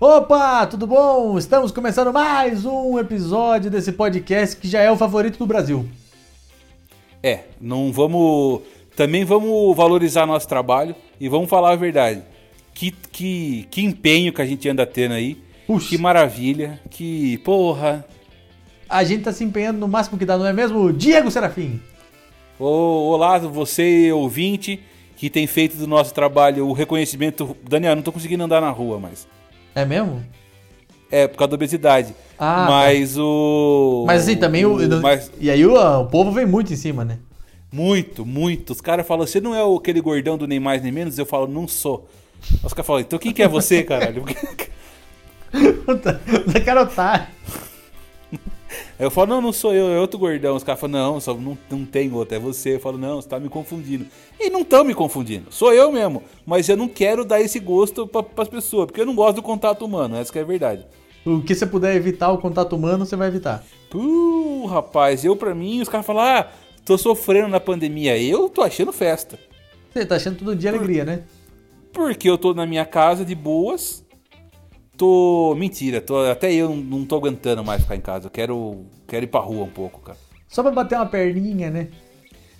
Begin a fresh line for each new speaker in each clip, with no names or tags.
Opa, tudo bom? Estamos começando mais um episódio desse podcast que já é o favorito do Brasil.
É, não vamos. Também vamos valorizar nosso trabalho e vamos falar a verdade. Que, que, que empenho que a gente anda tendo aí.
Puxa.
Que maravilha. Que porra.
A gente tá se empenhando no máximo que dá, não é mesmo? Diego Serafim.
Ô, olá, você ouvinte que tem feito do nosso trabalho o reconhecimento. Daniel, não tô conseguindo andar na rua mais.
É mesmo?
É, por causa da obesidade.
Ah,
mas o.
Mas assim, também o.
mas-
E aí o, o povo vem muito em cima, né?
Muito, muito. Os caras falam, você não é o- aquele gordão do nem mais nem menos? Eu falo, não sou. Os caras falam, então quem que é você, caralho?
Puta, da cara otário.
Aí eu falo, não, não sou eu, é outro gordão. Os caras falam, não, só, não, não tem outro, é você. Eu falo, não, você tá me confundindo. E não estão me confundindo, sou eu mesmo. Mas eu não quero dar esse gosto pra, pras pessoas, porque eu não gosto do contato humano, essa que é a verdade.
O que você puder evitar o contato humano, você vai evitar.
Uh, rapaz, eu pra mim, os caras falam, ah, tô sofrendo na pandemia. Eu tô achando festa.
Você tá achando todo dia alegria, né?
Porque eu tô na minha casa de boas. Tô. Mentira, tô... até eu não, não tô aguentando mais ficar em casa. Eu quero, quero ir pra rua um pouco, cara.
Só pra bater uma perninha, né?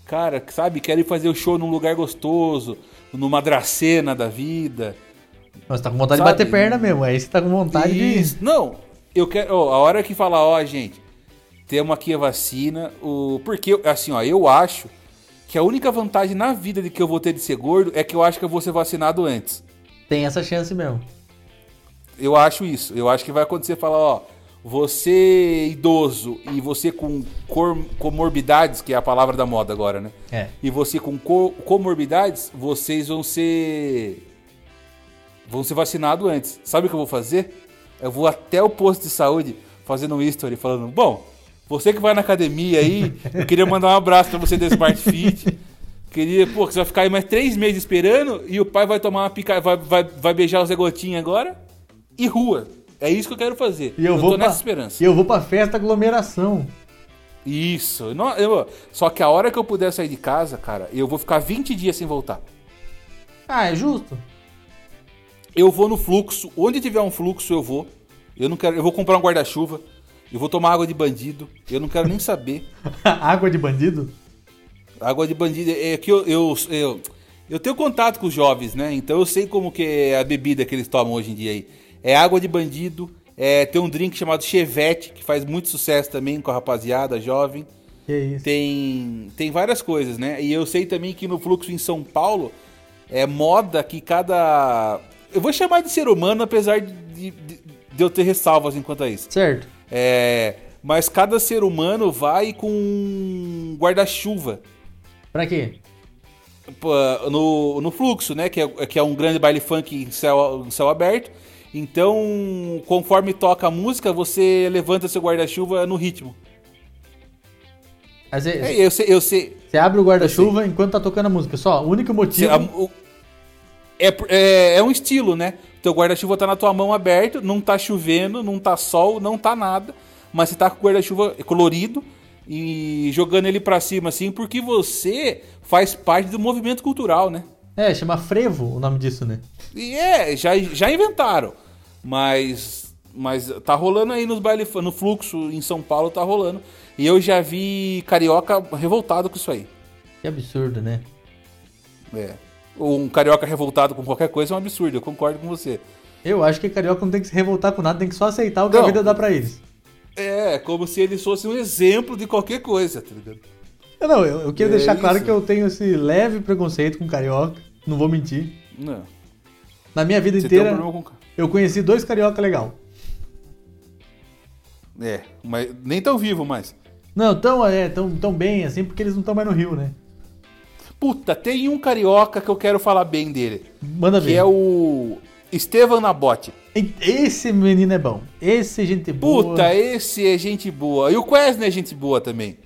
Cara, sabe, quero ir fazer o show num lugar gostoso, numa dracena da vida.
Mas tá com vontade de
Sabe?
bater perna mesmo, aí você tá com vontade de.
Isso. Não, eu quero. ó, a hora que falar, ó, gente, temos aqui a vacina. O... Porque, assim, ó, eu acho que a única vantagem na vida de que eu vou ter de ser gordo é que eu acho que eu vou ser vacinado antes.
Tem essa chance mesmo.
Eu acho isso. Eu acho que vai acontecer falar, ó, você idoso e você com cor- comorbidades, que é a palavra da moda agora, né?
É.
E você com co- comorbidades, vocês vão ser vão ser vacinados antes. Sabe o que eu vou fazer? Eu vou até o posto de saúde fazendo um history falando, bom, você que vai na academia aí, eu queria mandar um abraço pra você da Smart Fit. Queria, pô, que você vai ficar aí mais três meses esperando e o pai vai tomar uma pica, vai, vai, vai beijar o Zé Gotinha agora e rua. É isso que eu quero fazer.
E eu, vou
tô
pra...
nessa esperança.
E eu vou pra festa aglomeração.
Isso. Não, eu- só que a hora que eu puder sair de casa, cara, eu vou ficar 20 dias sem voltar.
Ah, é justo?
Eu vou no fluxo. Onde tiver um fluxo, eu vou. Eu não quero. Eu vou comprar um guarda-chuva. Eu vou tomar água de bandido. Eu não quero nem saber.
Água de bandido?
Água de bandido é que eu eu, eu eu tenho contato com os jovens, né? Então eu sei como que é a bebida que eles tomam hoje em dia aí. É água de bandido. É, tem um drink chamado Chevette, que faz muito sucesso também com a rapaziada jovem.
Que isso.
tem, tem várias coisas, né? E eu sei também que no fluxo em São Paulo é moda que cada. Eu vou chamar de ser humano, apesar de, de, de eu ter ressalvas enquanto a isso.
Certo.
É, mas cada ser humano vai com um guarda-chuva
Pra quê?
pô, no, no fluxo, né? Que é, que é um grande baile funk em céu, em céu aberto. Então, conforme toca a música, você levanta seu guarda-chuva no ritmo.
Aí Você,
É, eu sei, eu sei.
você abre o guarda-chuva enquanto tá tocando a música. Só, o único
Cê-
motivo.
a- o- é, por- é, é um estilo, né? Teu guarda-chuva tá na tua mão aberto, não tá chovendo, não tá sol, não tá nada, mas você tá com o guarda-chuva colorido e jogando ele pra cima assim, porque você faz parte do movimento cultural, né?
É, chama frevo o nome disso, né?
E é, já, já inventaram, mas mas tá rolando aí nos baile, no fluxo em São Paulo tá rolando. E eu já vi carioca revoltado com isso aí.
Que absurdo, né?
É. Um carioca revoltado com qualquer coisa é um absurdo, eu concordo com você.
Eu acho que carioca não tem que se revoltar com nada, tem que só aceitar o que a
Não.
vida dá pra eles.
É, como se ele fosse um exemplo de qualquer coisa, tá ligado?
Eu não, eu, eu quero
É
deixar claro
isso.
que eu tenho esse leve preconceito com carioca, não vou mentir.
Não.
Na minha vida
Você tem um
inteira,
problema com. ca-
eu conheci dois carioca legal.
É, mas nem tão vivo mais.
Não, tão, é, tão, tão bem assim, porque eles não estão mais no Rio, né?
Puta, tem um carioca que eu quero falar bem dele.
Manda ver.
Que é o Estevam Nabote.
E- Esse menino é bom. Esse é gente boa.
Puta, esse é gente boa. E o Quesne é gente boa também.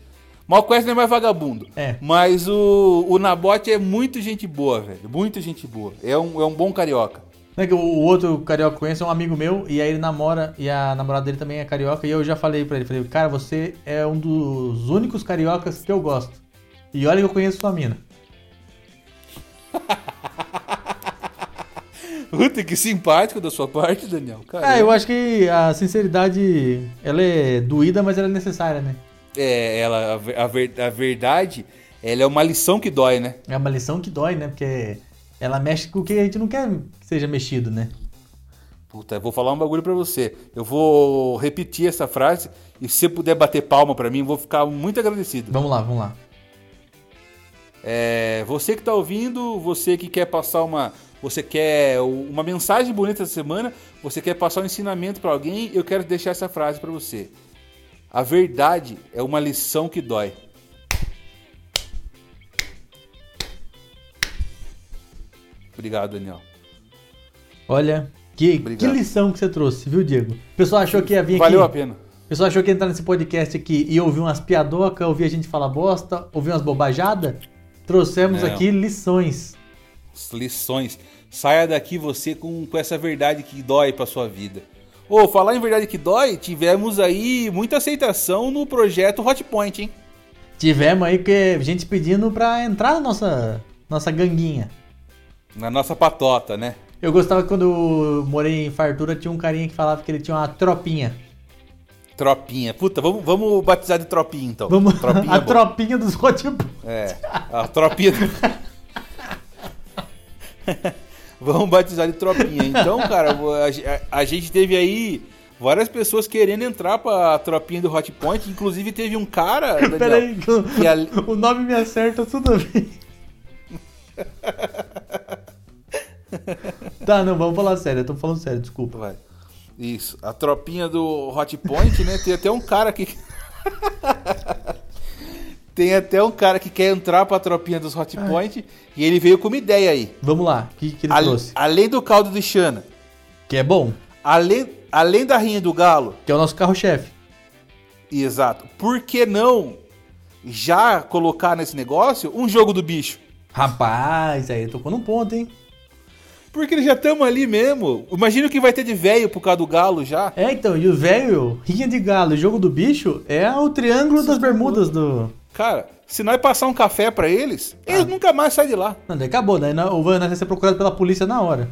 Mas o Quesne é mais vagabundo.
É.
Mas o, o Nabote é muito gente boa, velho. Muito gente boa. É um, é um bom carioca.
Né, que o o outro carioca que eu conheço é um amigo meu, e aí ele namora, e a namorada dele também é carioca, e eu já falei pra ele, falei, cara, você é um dos únicos cariocas que eu gosto. E olha que eu conheço sua mina.
Puta, que simpático da sua parte, Daniel. Cara,
É, eu acho que a sinceridade, ela é doída, mas ela é necessária, né?
é, ela, a, ver- a ver- a verdade, ela é uma lição que dói, né?
É uma lição que dói, né? Porque ela mexe com o que a gente não quer que seja mexido, né?
Puta, eu vou falar um bagulho pra você. Eu vou repetir essa frase e se você puder bater palma pra mim, eu vou ficar muito agradecido.
Vamos lá, vamos lá.
É, você que tá ouvindo, você que quer passar uma. Você quer u- uma mensagem bonita essa semana, você quer passar um ensinamento pra alguém, eu quero deixar essa frase pra você. A verdade é uma lição que dói. Obrigado, Daniel.
Olha, que, que
Obrigado.
lição que você trouxe, viu, Diego? O pessoal achou que ia vir aqui.
Valeu a pena.
O pessoal achou que ia entrar nesse podcast aqui e ouvir umas piadocas, ouvir a gente falar bosta, ouvir umas bobajadas. Trouxemos
Não.
aqui lições.
As lições. Saia daqui você com, com essa verdade que dói pra sua vida. Ô, falar em verdade que dói, tivemos aí muita aceitação no projeto Hot Point, hein?
Tivemos aí que gente pedindo pra entrar na nossa, nossa ganguinha.
Na nossa patota, né?
Eu gostava que quando eu morei em Fartura, tinha um carinha que falava que ele tinha uma tropinha.
Tropinha. Puta, vamos, vamos batizar de tropinha então.
Vamos,
Tropinha
a
é bom.
tropinha dos Hotboys.
É, a tropinha. vamos batizar de tropinha. Então, cara, a, ge- a- a gente teve aí várias pessoas querendo entrar pra tropinha do Hot Point. Inclusive teve um cara. Daniel,
Peraí, que o-
que ali-
o nome me acerta tudo bem. tá, não, vamos falar sério. Eu tô falando sério, desculpa.
Vai. Isso. A tropinha do Hot Point, né? Tem até um cara que. Tem até um cara que quer entrar pra tropinha dos Hot Point e ele veio com uma ideia aí.
Vamos lá, o que, que ele
Ale-
trouxe?
além do caldo de Xana,
Que é bom,
além, além da rinha do galo,
que é o nosso carro-chefe.
exato, por que não já colocar nesse negócio um jogo do bicho?
Rapaz, aí tocou num um ponto, hein?
Porque eles já estamos ali mesmo. Imagina o que vai ter de velho por causa do galo já.
É, então, e o velho, rinha de galo e jogo do bicho é o triângulo das bermudas do...
Cara, se nós passar um café pra eles,
Ah.
eles nunca mais saem de lá.
Não, daí acabou, daí na- o Van vai ser procurado pela polícia na hora.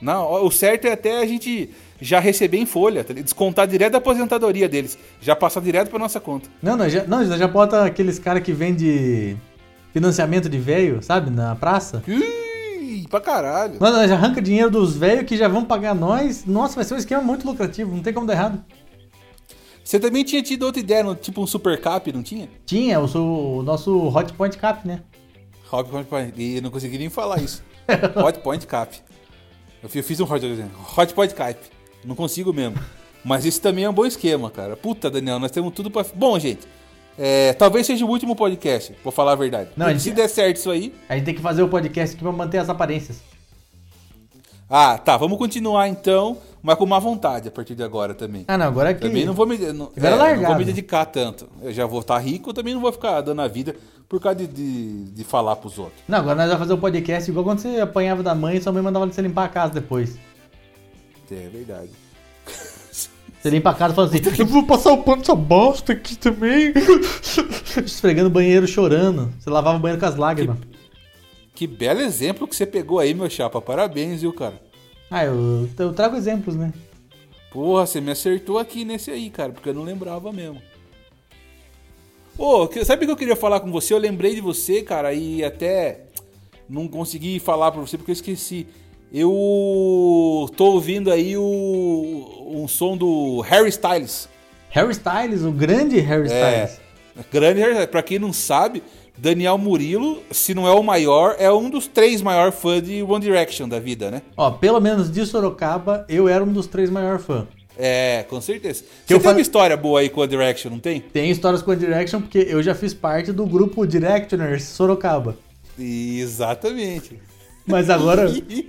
Não, o certo é até a gente já receber em folha, tá ligado? descontar direto da aposentadoria deles, já passar direto pra nossa conta.
Não, não, já, não, já bota aqueles caras que vende financiamento de velho, sabe, na praça.
Ih, pra caralho.
Nós nós arranca dinheiro dos velhos que já vão pagar nós. Nossa, vai ser um esquema muito lucrativo, não tem como dar errado.
Você também tinha tido outra ideia, não? tipo um super cap, não tinha?
Tinha o, seu- o nosso Hot Point Cap, né?
Hot Point Cap. E eu não consegui nem falar isso. Hot Point Cap. Eu fi- fiz um Hot, hot Point Cap. Não consigo mesmo. Mas isso também é um bom esquema, cara. Puta, Daniel, nós temos tudo pra. Bom, gente, é, talvez seja o último podcast, vou falar a verdade.
Não, a gente-
Se der certo isso aí.
A gente tem que fazer o podcast aqui pra manter as aparências.
Ah, tá, vamos continuar então, mas com má vontade a partir de agora também.
Ah, não, agora é que.
Também não vou me, não,
Agora
é, não vou
largado.
me dedicar tanto. Eu já vou estar rico, eu também não vou ficar dando a vida por causa de, de, de falar pros outros.
Não, agora nós vamos fazer o podcast igual quando você apanhava da mãe e sua mãe mandava você limpar a casa depois.
É verdade.
Você limpa a casa e fala assim: Eu vou passar o pano dessa bosta aqui também. Esfregando o banheiro chorando. Você lavava o banheiro com as lágrimas.
Que belo exemplo que você pegou aí, meu chapa. Parabéns, viu, cara?
Ah, eu, eu trago exemplos, né?
Porra, você me acertou aqui nesse aí, cara, porque eu não lembrava mesmo. Ô, que- sabe o que eu queria falar com você? Eu lembrei de você, cara, e até não consegui falar pra você porque eu esqueci. Eu tô ouvindo aí o, um som do Harry Styles. É,
Harry Styles, o grande Harry Styles.
grande Harry Styles. Pra quem não sabe, Daniel Murilo, se não é o maior, é um dos três maiores fãs de One Direction da vida, né?
Ó, pelo menos de Sorocaba, eu era um dos três maiores fãs.
É, com certeza.
Que
Você
eu
tem
falo-
uma história boa aí com a Direction, não tem?
Tem histórias com a Direction, porque eu já fiz parte do grupo Directioners Sorocaba.
Exatamente.
Mas agora,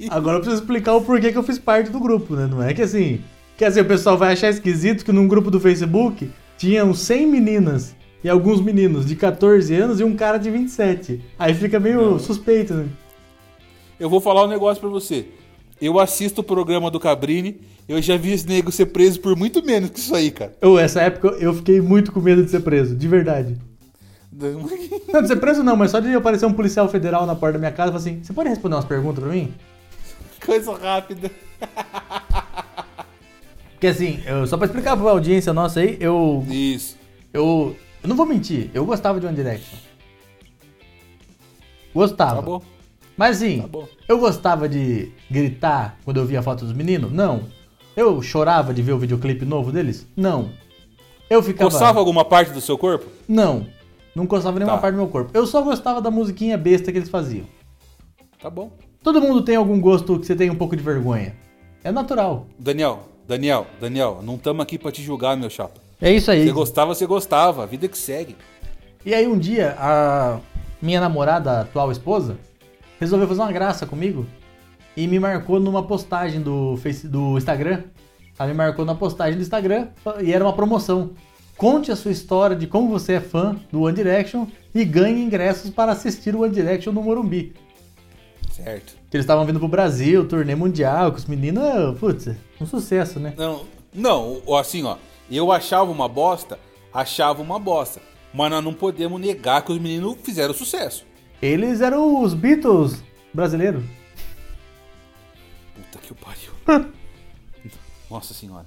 agora eu preciso explicar o porquê que eu fiz parte do grupo, né? Não é que assim. Quer dizer, o pessoal vai achar esquisito que num grupo do Facebook tinham 100 meninas e alguns meninos de 14 anos e um cara de 27. Aí fica meio suspeito, né?
Eu vou falar um negócio pra você. Eu assisto o programa do Cabrini, eu já vi esse nego ser preso por muito menos que isso aí, cara.
Eu, essa época eu fiquei muito com medo de ser preso, de verdade. Não, de ser preso não, mas só de aparecer um policial federal na porta da minha casa e falar assim: você pode responder umas perguntas pra mim?
coisa rápida.
Porque assim, eu- só pra explicar pra audiência nossa aí, eu.
Isso.
Eu. Eu não vou mentir, eu gostava de One Direction. Gostava.
Tá bom.
Mas assim,
Tá bom.
eu gostava de gritar quando eu via a foto dos meninos? Não. Eu chorava de ver o videoclipe novo deles? Não. Eu ficava.
Coçava alguma parte do seu corpo?
Não. Não coçava nenhuma
Tá.
parte do meu corpo. Eu só gostava da musiquinha besta que eles faziam.
Tá bom.
Todo mundo tem algum gosto que você tem um pouco de vergonha. É natural.
Daniel, Daniel, Daniel, não estamos aqui pra te julgar, meu chapa.
É isso aí.
Você gostava, você gostava. A vida que segue.
E aí um dia, a minha namorada, a atual esposa, resolveu fazer uma graça comigo e me marcou numa postagem do, face, do Instagram. Ela me marcou na postagem do Instagram e era uma promoção. Conte a sua história de como você é fã do One Direction e ganhe ingressos para assistir o One Direction no Morumbi.
Certo.
Que eles estavam vindo pro Brasil, turnê mundial, com os meninos, ah, putz, um sucesso, né?
Não, não, ó, assim, ó. Eu achava uma bosta, achava uma bosta. Mas nós não podemos negar que os meninos fizeram sucesso.
Eles eram os Beatles brasileiros.
Puta que o pariu. Nossa senhora.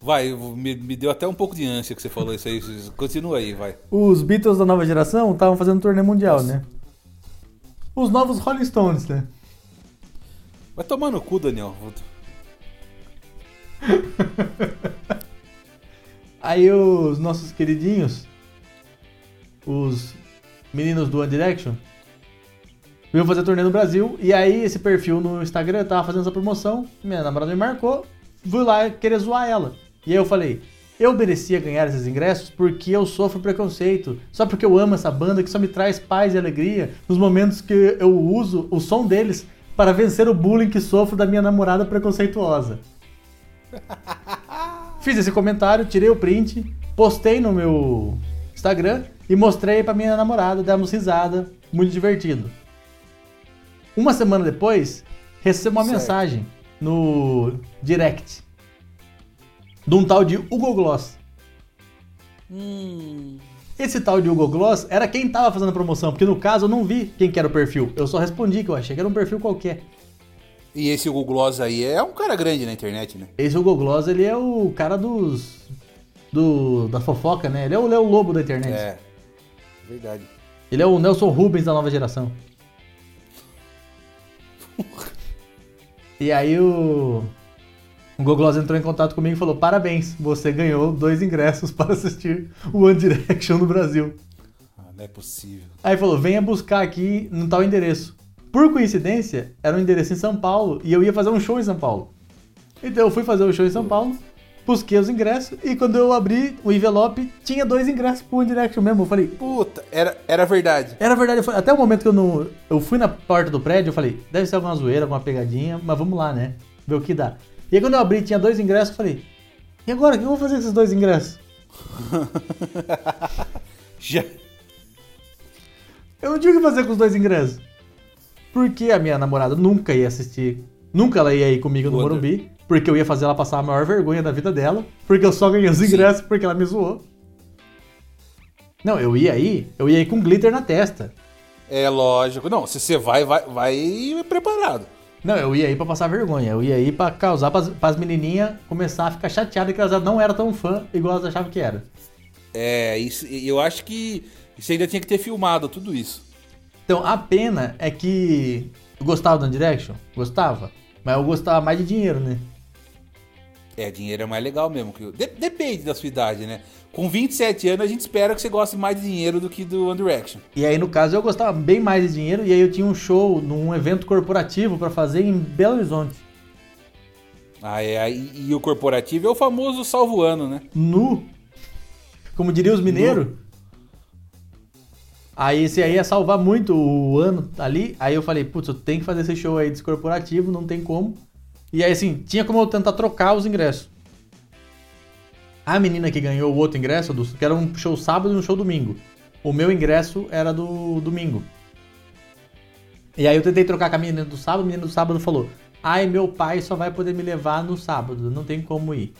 Vai, eu- me, me deu até um pouco de ânsia que você falou isso aí. Continua aí, vai.
Os Beatles da nova geração estavam fazendo turnê mundial, né? Os novos Rolling Stones, né?
Vai tomar no cu, Daniel.
Aí os nossos queridinhos, os meninos do One Direction, veio fazer turnê no Brasil. E aí esse perfil no Instagram tava fazendo essa promoção. Minha namorada me marcou, fui lá querer zoar ela. E aí eu falei, eu merecia ganhar esses ingressos porque eu sofro preconceito. Só porque eu amo essa banda que só me traz paz e alegria nos momentos que eu uso o som deles para vencer o bullying que sofro da minha namorada preconceituosa. Fiz esse comentário, tirei o print, postei no meu Instagram e mostrei pra minha namorada, demos risada, muito divertido. Uma semana depois, recebo uma
Certo.
mensagem no direct de um tal de Hugo Gloss.
Hum.
Esse tal de Hugo Gloss era quem tava fazendo a promoção, porque no caso eu não vi quem que era o perfil. Eu só respondi que eu achei que era um perfil qualquer.
E esse Hugo Gloss aí é um cara grande na internet, né?
Esse Hugo Gloss, ele é o cara dos... Do, da fofoca, né? Ele é o Léo Lobo da internet.
É. Verdade.
Ele é o Nelson Rubens da nova geração. e aí o. O Gogloss entrou em contato comigo e falou: Parabéns, você ganhou dois ingressos para assistir o One Direction no Brasil.
Ah, não é possível.
Aí falou: Venha buscar aqui no tal endereço. Por coincidência, era um endereço em São Paulo e eu ia fazer um show em São Paulo. Então eu fui fazer o show em São Paulo, busquei os ingressos e quando eu abri o envelope, tinha dois ingressos pro One Direction mesmo. Eu falei:
Puta, era, era verdade.
Era verdade, eu falei- até o momento que eu não. Eu fui na porta do prédio, eu falei, deve ser alguma zoeira, alguma pegadinha, mas vamos lá, né? Ver o que dá. E aí quando eu abri, tinha dois ingressos, eu falei, e agora? O que eu vou fazer com esses dois ingressos?
Já.
Eu não tinha o que fazer com os dois ingressos. Porque a minha namorada nunca ia assistir. Nunca ela ia ir comigo no
Wonder.
Morumbi. Porque eu ia fazer ela passar a maior vergonha da vida dela. Porque eu só ganhei os ingressos porque ela me zoou. Não, eu ia aí, eu ia ir com glitter na testa.
É lógico. Não, se você vai, vai, vai preparado.
Não, eu ia aí pra passar vergonha. Eu ia aí pra causar pras, pras menininhas começar a ficar chateada que elas não eram tão fã igual elas achavam que era.
É, isso, eu acho que você ainda tinha que ter filmado tudo isso.
Então, a pena é que eu gostava do One Direction? Gostava. Mas eu gostava mais de dinheiro, né?
É, dinheiro é mais legal mesmo. Que... de- depende da sua idade, né? Com 27 anos, a gente espera que você goste mais de dinheiro do que do One Direction.
E aí, no caso, eu gostava bem mais de dinheiro. E aí, eu tinha um show num evento corporativo pra fazer em Belo Horizonte.
Ah, é, e, e o corporativo é o famoso salvo ano, né?
Nu. Como diriam os mineiros. Aí esse aí ia salvar muito o ano ali. Aí eu falei, putz, eu tenho que fazer esse show aí descorporativo, não tem como. E aí assim, tinha como eu tentar trocar os ingressos. A menina que ganhou o outro ingresso, do- que era um show sábado e um show domingo. O meu ingresso era do domingo. E aí eu tentei trocar com a menina do sábado, a menina do sábado falou: Ai, meu pai só vai poder me levar no sábado, não tem como ir.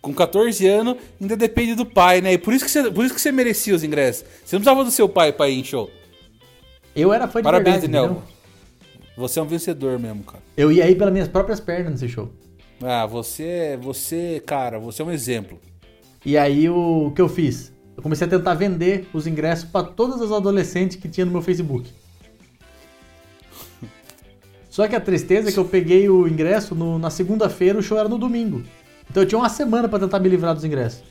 Com 14 anos, ainda depende do pai, né? E por isso que você, por isso que você merecia os ingressos. Você não precisava do seu pai pra ir em show.
Eu era fã de
Parabéns,
verdade,
Daniel.
entendeu?
Você é um vencedor mesmo, cara.
Eu ia ir pelas minhas próprias pernas nesse show.
Ah, você, você, cara, você é um exemplo.
E aí o, o que eu fiz? Eu comecei a tentar vender os ingressos pra todas as adolescentes que tinha no meu Facebook. Só que a tristeza é que eu peguei o ingresso no- na segunda-feira, o show era no domingo. Então eu tinha uma semana pra tentar me livrar dos ingressos.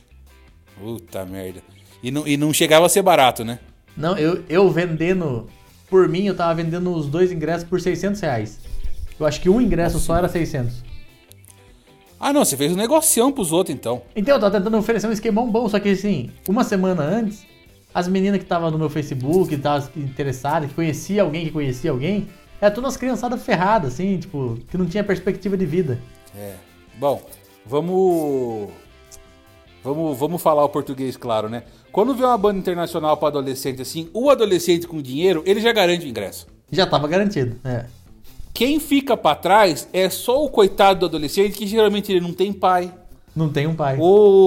Puta merda. E não, e não chegava a ser barato, né?
Não, eu, eu vendendo. Por mim, eu tava vendendo os dois ingressos por 600 reais. Eu acho que um ingresso só era 600.
Ah, não, você fez um negocião pros outros então.
Então eu tava tentando oferecer um esquemão bom, só que assim, uma semana antes, as meninas que estavam no meu Facebook, que tava interessadas, que conhecia alguém que conhecia alguém, era todas criançadas ferradas, assim, tipo, que não tinha perspectiva de vida.
É. Bom, vamos. Vamos, vamos falar o português, claro, né? Quando vê uma banda internacional pra adolescente assim, o adolescente com dinheiro, ele já garante o ingresso.
Já tava garantido, né?
Quem fica pra trás é só o coitado do adolescente que geralmente ele não tem pai.
Não tem um pai.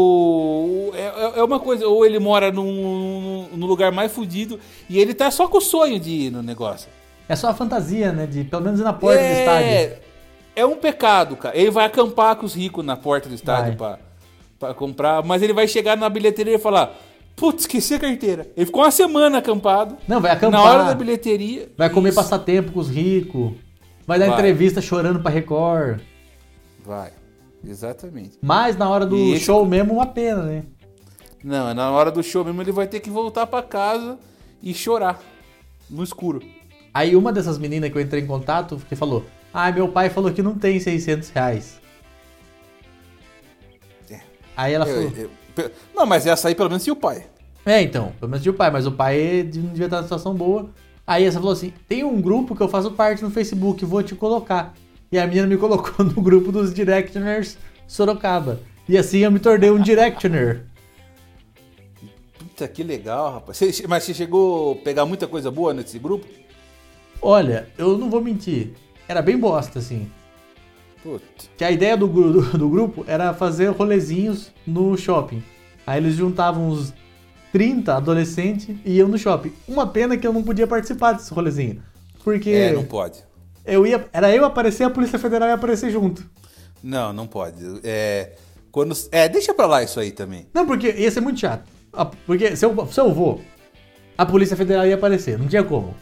Ou é, é uma coisa, ou ele mora num, num lugar mais fudido e ele tá só com o sonho de ir no negócio.
É só a fantasia, né? De pelo menos ir na porta do estádio.
É um pecado, cara. Ele vai acampar com os ricos na porta do estádio pra, pra comprar, mas ele vai chegar na bilheteria e falar: Putz, esqueci a carteira. Ele ficou uma semana acampado.
Não, vai acampar.
Na hora da bilheteria.
Vai comer
Isso.
passatempo com os ricos. Vai dar
Vai.
entrevista chorando pra Record.
Vai, exatamente.
Mas na hora do
E esse-
show mesmo, uma pena, né?
Não, é na hora do show mesmo ele vai ter que voltar pra casa e chorar no escuro.
Aí uma dessas meninas que eu entrei em contato que falou: Ah, meu pai falou que não tem 600 reais.
É.
Aí ela falou:
Eu- eu- pe- não, mas essa aí pelo menos tinha o pai.
É, então, pelo menos tinha o pai, mas o pai de- não devia estar numa situação boa. Aí essa falou assim: Tem um grupo que eu faço parte no Facebook, vou te colocar. E a menina me colocou no grupo dos Directioners Sorocaba. E assim eu me tornei um Directioner.
Puta, que legal, rapaz. Você che- mas você chegou a pegar muita coisa boa nesse grupo?
Olha, eu não vou mentir, era bem bosta assim.
Puta.
Que a ideia do, gru- do- do grupo era fazer rolezinhos no shopping. Aí eles juntavam uns 30 adolescentes e iam no shopping. Uma pena que eu não podia participar desse rolezinho. Porque
É, não pode.
eu ia. Era eu aparecer, a Polícia Federal ia aparecer junto.
Não, não pode. É, quando, é, deixa pra lá isso aí também.
Não, porque ia ser muito chato. A- Porque se eu, se eu vou, a Polícia Federal ia aparecer, não tinha como.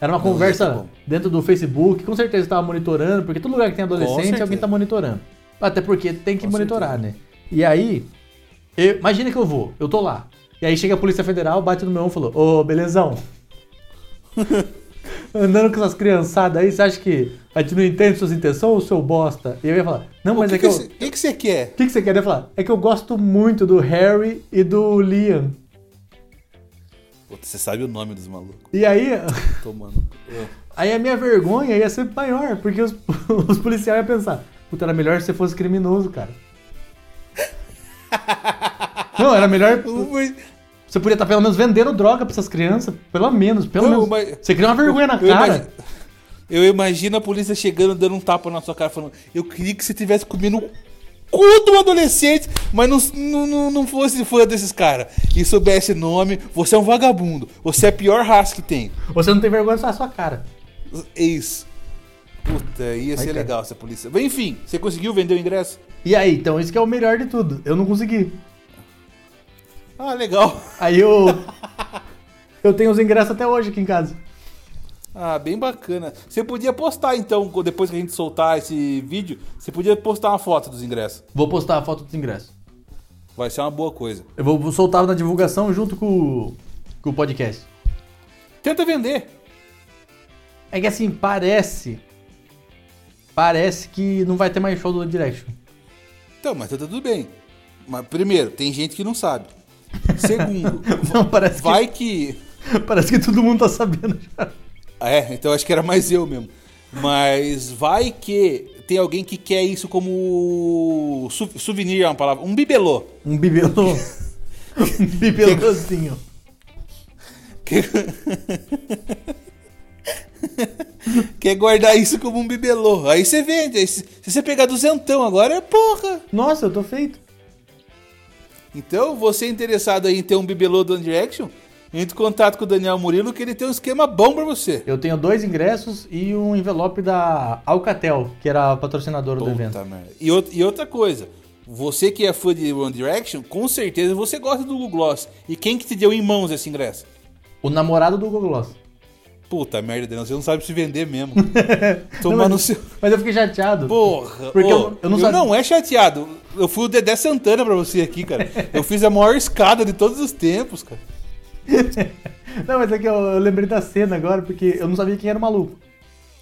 Era uma
Não ia ter
conversa
como.
dentro do Facebook, com certeza estava monitorando, porque todo lugar que tem adolescente,
certeza.
alguém tá monitorando. Até porque tem que
Com
monitorar, né? E aí, eu- imagina que eu vou, eu tô lá. E aí chega a Polícia Federal, bate no meu ombro e falou, ô, belezão. Andando com essas criançadas aí, você acha que a gente não entende suas intenções, seu bosta? E eu ia falar, não, mas
o que,
é que, eu...
você- que que você quer?
O que, que você quer né, falar? É que eu gosto muito do Harry e do Liam.
Puta, você sabe o nome dos malucos.
E aí,
Tomando.
aí a minha vergonha ia ser maior, porque os, os policiais iam pensar: puta, era melhor se você fosse criminoso, cara. Não, era melhor. Você podia estar pelo menos vendendo droga pra essas crianças. Pelo menos, pelo
Eu
menos.
ima-
Você cria uma vergonha é na
Eu
cara.
imagi- Eu imagino a polícia chegando, dando um tapa na sua cara, falando: Eu queria que você tivesse comido o cu do adolescente, mas não, não, não, não fosse fã desses caras. E soubesse nome, você é um vagabundo. Você é a pior raça que tem.
Você não tem vergonha só na sua cara.
É isso. Puta, ia ser
cara.
legal essa polícia. Mas, Enfim, você conseguiu vender o ingresso?
E aí, então, isso que é o melhor de tudo. Eu não consegui.
Ah, legal.
Aí eu. eu tenho os ingressos até hoje aqui em casa.
Ah, bem bacana. Você podia postar então, co- depois que a gente soltar esse vídeo, você podia postar uma foto dos ingressos.
Vou postar a foto dos ingressos.
Vai ser uma boa coisa.
Eu vou vou soltar na divulgação junto com, o- com o podcast.
Tenta vender.
É que assim, parece. Parece que não vai ter mais show do One Direction.
Então, mas tá tudo bem. Mas primeiro, tem gente que não sabe. Segundo,
Não, parece
vai que.
que. Parece que todo mundo tá sabendo já.
É, então acho que era mais eu mesmo. Mas vai que tem alguém que quer isso como su- souvenir, é uma palavra, um bibelô.
Um bibelô. um bibelôzinho.
Quer... Quer guardar isso como um bibelô. Aí você vende. Aí se se você pegar duzentão agora, é porra.
Nossa, eu tô feito.
Então, você é interessado aí em ter um bibelô do One Direction, Entre em contato com o Daniel Murilo que ele tem um esquema bom pra você.
Eu tenho dois ingressos e um envelope da Alcatel, que era a patrocinadora do evento.
Puta merda. E, out- e outra coisa, você que é fã de One Direction, com certeza você gosta do Google Gloss. E quem que te deu em mãos esse ingresso?
O namorado do Google Gloss.
Puta merda, Daniel, você não sabe se vender mesmo. Tomar
mas-
no seu.
Mas eu fiquei chateado.
Porra,
Porque
ô,
eu não- eu não sabia.
é chateado. Eu fui o Dedé Santana pra você aqui, cara. Eu fiz a maior escada de todos os tempos, cara.
Não, mas é que eu, eu lembrei da cena agora, porque eu não sabia quem era o maluco.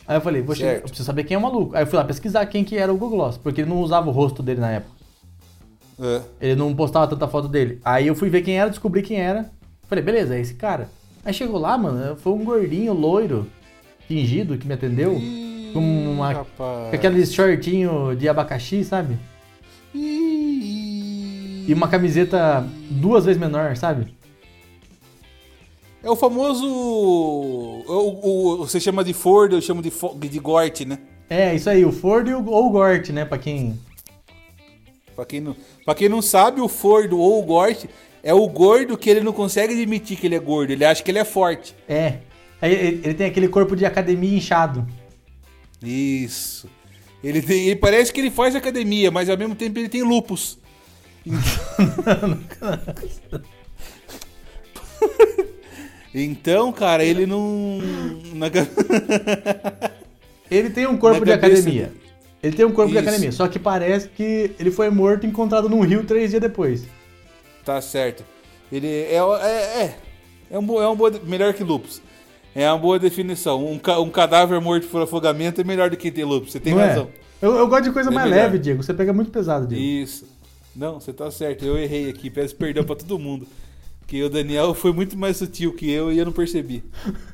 Aí eu falei, vou chegar, eu
Certo.
preciso saber quem é o maluco. Aí eu fui lá pesquisar quem que era o Google Gloss, porque ele não usava o rosto dele na época.
É.
Ele não postava tanta foto dele. Aí eu fui ver quem era, descobri quem era. Falei, beleza, é esse cara. Aí chegou lá, mano, foi um gordinho loiro, fingido, que me atendeu. com uma-
rapaz.
com aquele shortinho de abacaxi, sabe?
Ih,
E uma camiseta duas vezes menor, sabe?
É o famoso. é O, o- você chama de Ford, eu chamo de, Fo- de Gort, né?
É, isso aí, o Ford e o, ou o Gort, né? Pra quem.
Pra quem, não, pra quem não sabe, o Ford ou o Gort é o gordo que ele não consegue admitir que ele é gordo, ele acha que ele é forte.
É. Aí Ele ele tem aquele corpo de academia inchado.
Isso. Ele, tem- ele parece que ele faz academia, mas ao mesmo tempo ele tem lupus. Então, cara, ele não. na ca-
Ele tem um corpo
Na
de
cabeça
academia. Ele tem um corpo de
é Isso.
academia, só que parece que ele foi morto e encontrado num rio três dias depois.
Tá certo. Ele é. É, é, é um, bo- é um boa. de- Melhor que lupus. É uma boa definição. Um, ca- um cadáver morto por afogamento é melhor do que ter lupus. Você tem
Não é?
razão.
Eu, eu gosto de coisa
É
mais
melhor.
leve, Diego. Você pega muito pesado, Diego.
Isso. Não, você tá certo. Eu errei aqui. Peço perdão pra todo mundo. Porque o Daniel foi muito mais sutil que eu e eu não percebi.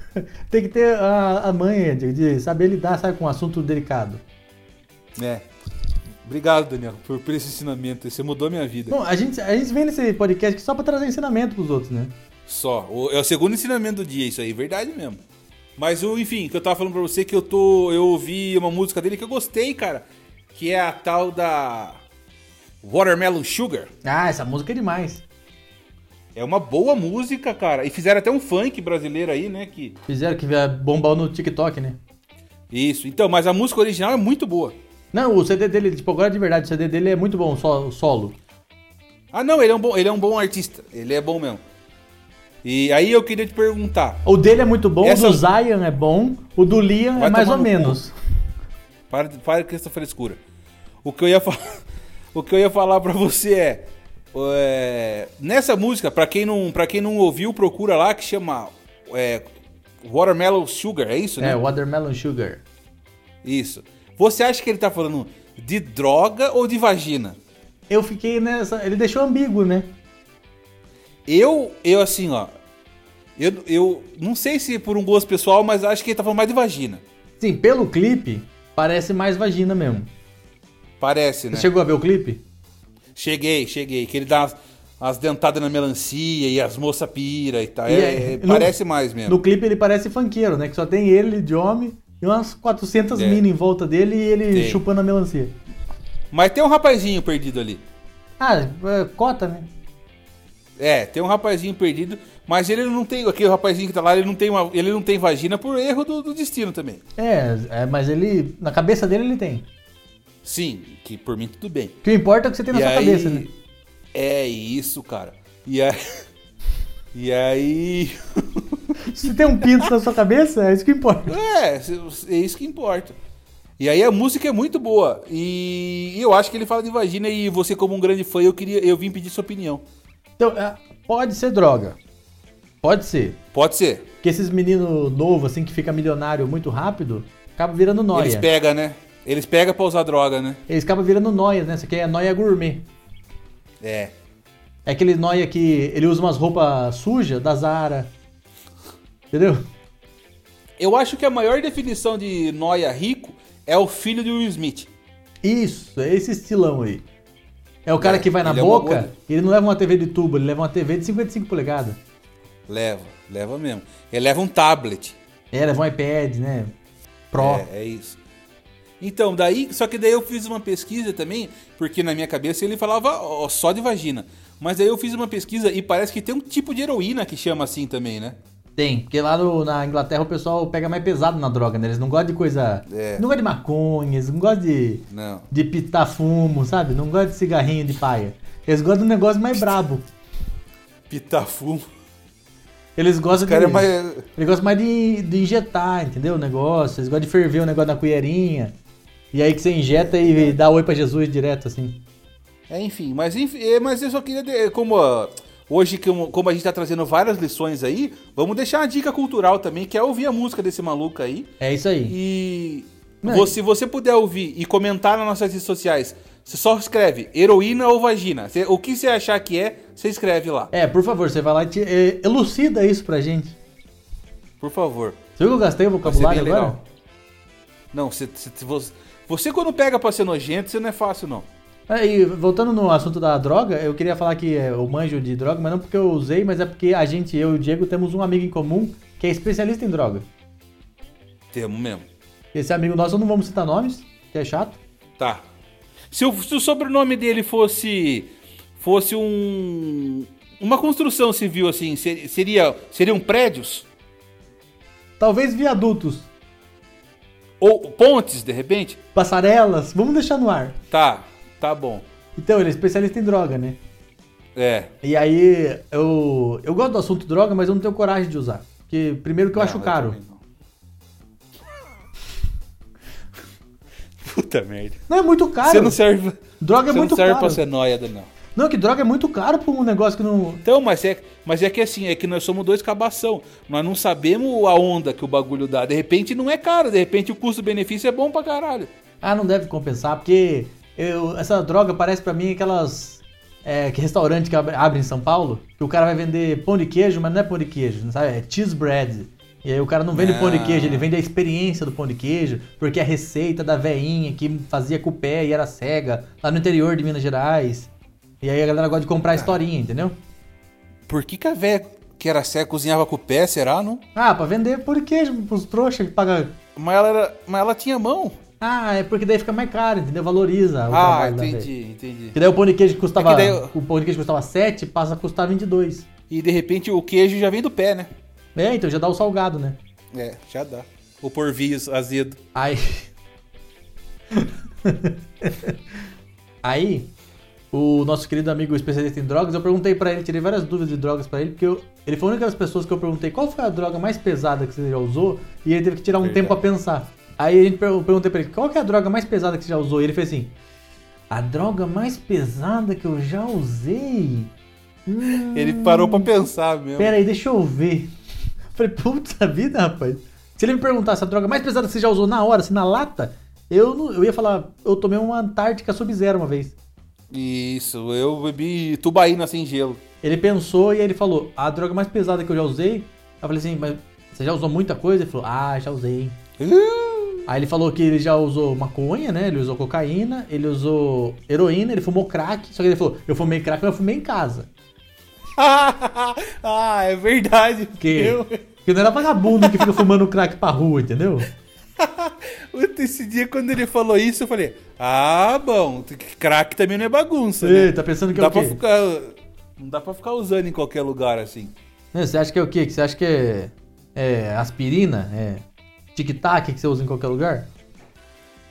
Tem que ter a, a manha, Diego, de saber lidar, sabe, com um assunto delicado.
É. Obrigado, Daniel, por, por esse ensinamento. Você mudou minha vida.
Bom, a gente, a gente vem nesse podcast aqui só pra trazer ensinamento pros outros, né?
Só. O- é o segundo ensinamento do dia, isso aí. Verdade mesmo. Mas, o- enfim, que eu tava falando pra você que eu tô. Eu ouvi uma música dele que eu gostei, cara. Que é a tal da. Watermelon Sugar.
Ah, essa música é demais.
É uma boa música, cara. E fizeram até um funk brasileiro aí, né? Que.
Fizeram que vai bombar no TikTok, né?
Isso. Então, mas a música original é muito boa.
Não, o CD dele, tipo, agora de verdade, o CD dele é muito bom, só, o solo.
Ah, não, ele é um bom, ele é um bom artista. Ele é bom mesmo. E aí eu queria te perguntar,
O dele é muito bom,
Essa-
o do Zion é bom, o do Liam
Vai
é mais
tomar
ou
no cu.
menos.
para, para com essa frescura. O que eu ia falar, o que eu ia falar para você é, é, nessa música, para quem não, para quem não ouviu, procura lá que chama é, Watermelon Sugar, é isso, né?
É, Watermelon Sugar.
Isso. Você acha que ele tá falando de droga ou de vagina?
Eu fiquei nessa. Ele deixou ambíguo, né?
Eu, eu assim, ó, eu, eu não sei se por um gosto pessoal, mas acho que ele tá falando mais de vagina.
Sim, pelo clipe, parece mais vagina mesmo.
Parece,
Você
né?
chegou a ver o clipe?
Cheguei, cheguei. Que ele dá as, as dentadas na melancia e as moças pira e tal.
E
É,
aí,
é,
no-
parece mais mesmo.
No clipe ele parece funkeiro, né? Que só tem ele de homem e umas 400
É.
mina em volta dele e ele
Tem.
chupando a melancia.
Mas tem um rapazinho perdido ali.
Ah, é, cota, né?
É, tem um rapazinho perdido, mas ele não tem. Aquele rapazinho que tá lá, ele não tem, uma, ele não tem vagina por erro do, do destino também.
É, é, mas ele. Na cabeça dele ele tem.
Sim, que por mim tudo bem.
O que importa é o que você tem na
E
sua
aí-
cabeça, né?
É isso, cara. E aí. E aí.
Se você tem um pinto na sua cabeça, é isso que importa.
É, é isso que importa. E aí a música é muito boa. E eu acho que ele fala de vagina e você como um grande fã, eu queria eu vim pedir sua opinião.
Então, é, pode ser droga. Pode ser.
Pode ser.
Porque esses meninos novos, assim, que fica milionário muito rápido, acaba virando nóia.
Eles pegam, né? Eles pegam pra usar droga, né?
Eles acabam virando noias, né? Isso aqui é noia gourmet.
É.
É aquele noia que ele usa umas roupas sujas da Zara. Entendeu?
Eu acho que a maior definição de noia rico é o filho de Will Smith.
Isso, é esse estilão aí. É o cara
É,
que vai na
ele é uma
boca,
bolha.
ele não leva uma TV de tubo, ele leva uma TV de 55 polegadas.
Leva, leva mesmo. Ele leva um tablet.
É, leva um iPad, né? Pro.
É, é isso. Então, daí, só que daí eu fiz uma pesquisa também, porque na minha cabeça ele falava ó, só de vagina. Mas aí eu fiz uma pesquisa e parece que tem um tipo de heroína que chama assim também, né?
Tem, porque lá no- na Inglaterra o pessoal pega mais pesado na droga, né? Eles não gostam de coisa.
É.
Não gostam de maconha, eles não gostam de,
Não.
de pitar fumo, sabe? Não gostam de cigarrinho de paia. Eles gostam de um negócio mais brabo.
Pitafumo.
Eles gostam
O cara é
de.
mais.
Eles gostam mais de, de injetar, entendeu? O negócio. Eles gostam de ferver o negócio na colherinha. E aí que você injeta e dá oi pra Jesus direto, assim.
É, enfim, mas enfim, é, mas eu só queria. de- Como ó, hoje, como, como a gente tá trazendo várias lições aí, vamos deixar uma dica cultural também, que é ouvir a música desse maluco aí.
É isso aí.
E
Não,
vo- se você puder ouvir e comentar nas nossas redes sociais, você só escreve heroína ou vagina. Você- o que você achar que é, você escreve lá,
É, por favor, você vai lá e te- eh, elucida isso pra gente.
por favor.
Você viu que eu gastei o
Vai ser bem
vocabulário
legal.
agora?
Não, você, você- você, você quando pega pra ser nojento, você não é fácil, não.
É, e voltando no assunto da droga, eu queria falar que é, eu manjo de droga, mas não porque eu usei, mas é porque a gente, eu e o Diego, temos um amigo em comum que é especialista em droga.
Temo mesmo.
Esse amigo nosso, não vamos citar nomes, que é chato.
Tá. Se o, se o sobrenome dele fosse fosse um uma construção civil assim, ser- seria seriam prédios
Talvez viadutos,
ou pontes de repente?
passarelas, vamos deixar no ar.
Tá, tá bom.
Então, ele é especialista em droga, né?
É.
E aí, eu, eu gosto do assunto droga, mas eu não tenho coragem de usar. Porque, primeiro, que eu acho
Não,
caro.
também não. Puta merda.
Não, é muito caro.
Você não serve,
Droga é
você
muito
não serve
caro.
pra ser nóiada, não.
Não, que droga é muito caro pra um negócio que não.
Então, mas é, mas é que assim, é que nós somos dois cabação. Nós não sabemos a onda que o bagulho dá. De repente não é caro, de repente o custo-benefício é bom pra caralho.
Ah, não deve compensar, porque eu- essa droga parece pra mim aquelas. É, que restaurante que abre, abre em São Paulo, que o cara vai vender pão de queijo, mas não é pão de queijo, sabe? É cheese bread. E aí o cara não vende pão de
Ah.
queijo, ele vende a experiência do pão de queijo, porque é a receita da veinha que fazia com o pé e era cega, lá no interior de Minas Gerais. E aí a galera gosta de comprar a
Tá.
historinha, entendeu?
Por que, que a véia que era cega cozinhava com o pé, será, não?
Ah, pra vender pão de queijo pros trouxas que paga.
Mas ela, era, mas ela tinha mão.
Ah, é porque daí fica mais caro, entendeu? Valoriza o
ah,
um trabalho da véia.
entendi, entendi.
Que daí o pão de queijo que custava.
É que daí
O pão de queijo custava 7, passa a custar 22.
E de repente o queijo já vem do pé, né?
É, então já dá o salgado, né?
É, já dá. O porvio azedo.
Aí. Aí, o nosso querido amigo especialista em drogas, eu perguntei pra ele, tirei várias dúvidas de drogas pra ele, porque eu- ele foi uma das pessoas que eu perguntei qual foi a droga mais pesada que você já usou, e ele teve que tirar um
Verdade.
tempo a pensar. Aí a gente per- eu perguntei pra ele, qual que é a droga mais pesada que você já usou? E ele fez assim, a droga mais pesada que eu já usei? Hum,
Ele parou pra pensar mesmo.
Pera aí, deixa eu ver. Falei, puta vida, rapaz. Se ele me perguntasse a droga mais pesada que você já usou na hora, assim, na lata, eu, não- eu ia falar, eu tomei uma Antártica Sub-Zero uma vez.
Isso, eu bebi tubaína sem gelo.
Ele pensou e aí ele falou, a droga mais pesada que eu já usei. Eu falei assim, mas você já usou muita coisa? Ele falou, ah, já usei. Aí ele falou que ele já usou maconha, né? Ele usou cocaína, ele usou heroína, ele fumou crack. Só que ele falou, eu fumei crack, mas eu fumei em casa.
ah, é verdade.
Porque, porque não era vagabundo que fica fumando crack pra rua, entendeu?
Esse dia, quando ele falou isso, eu falei: Ah, bom, crack também não é bagunça. né?
Ei, tá pensando que é
dá
o quê?
pra ficar, não dá pra ficar usando em qualquer lugar assim.
Né, Você acha que é o quê? Que Você acha que é, é aspirina? É tic-tac que você usa em qualquer lugar?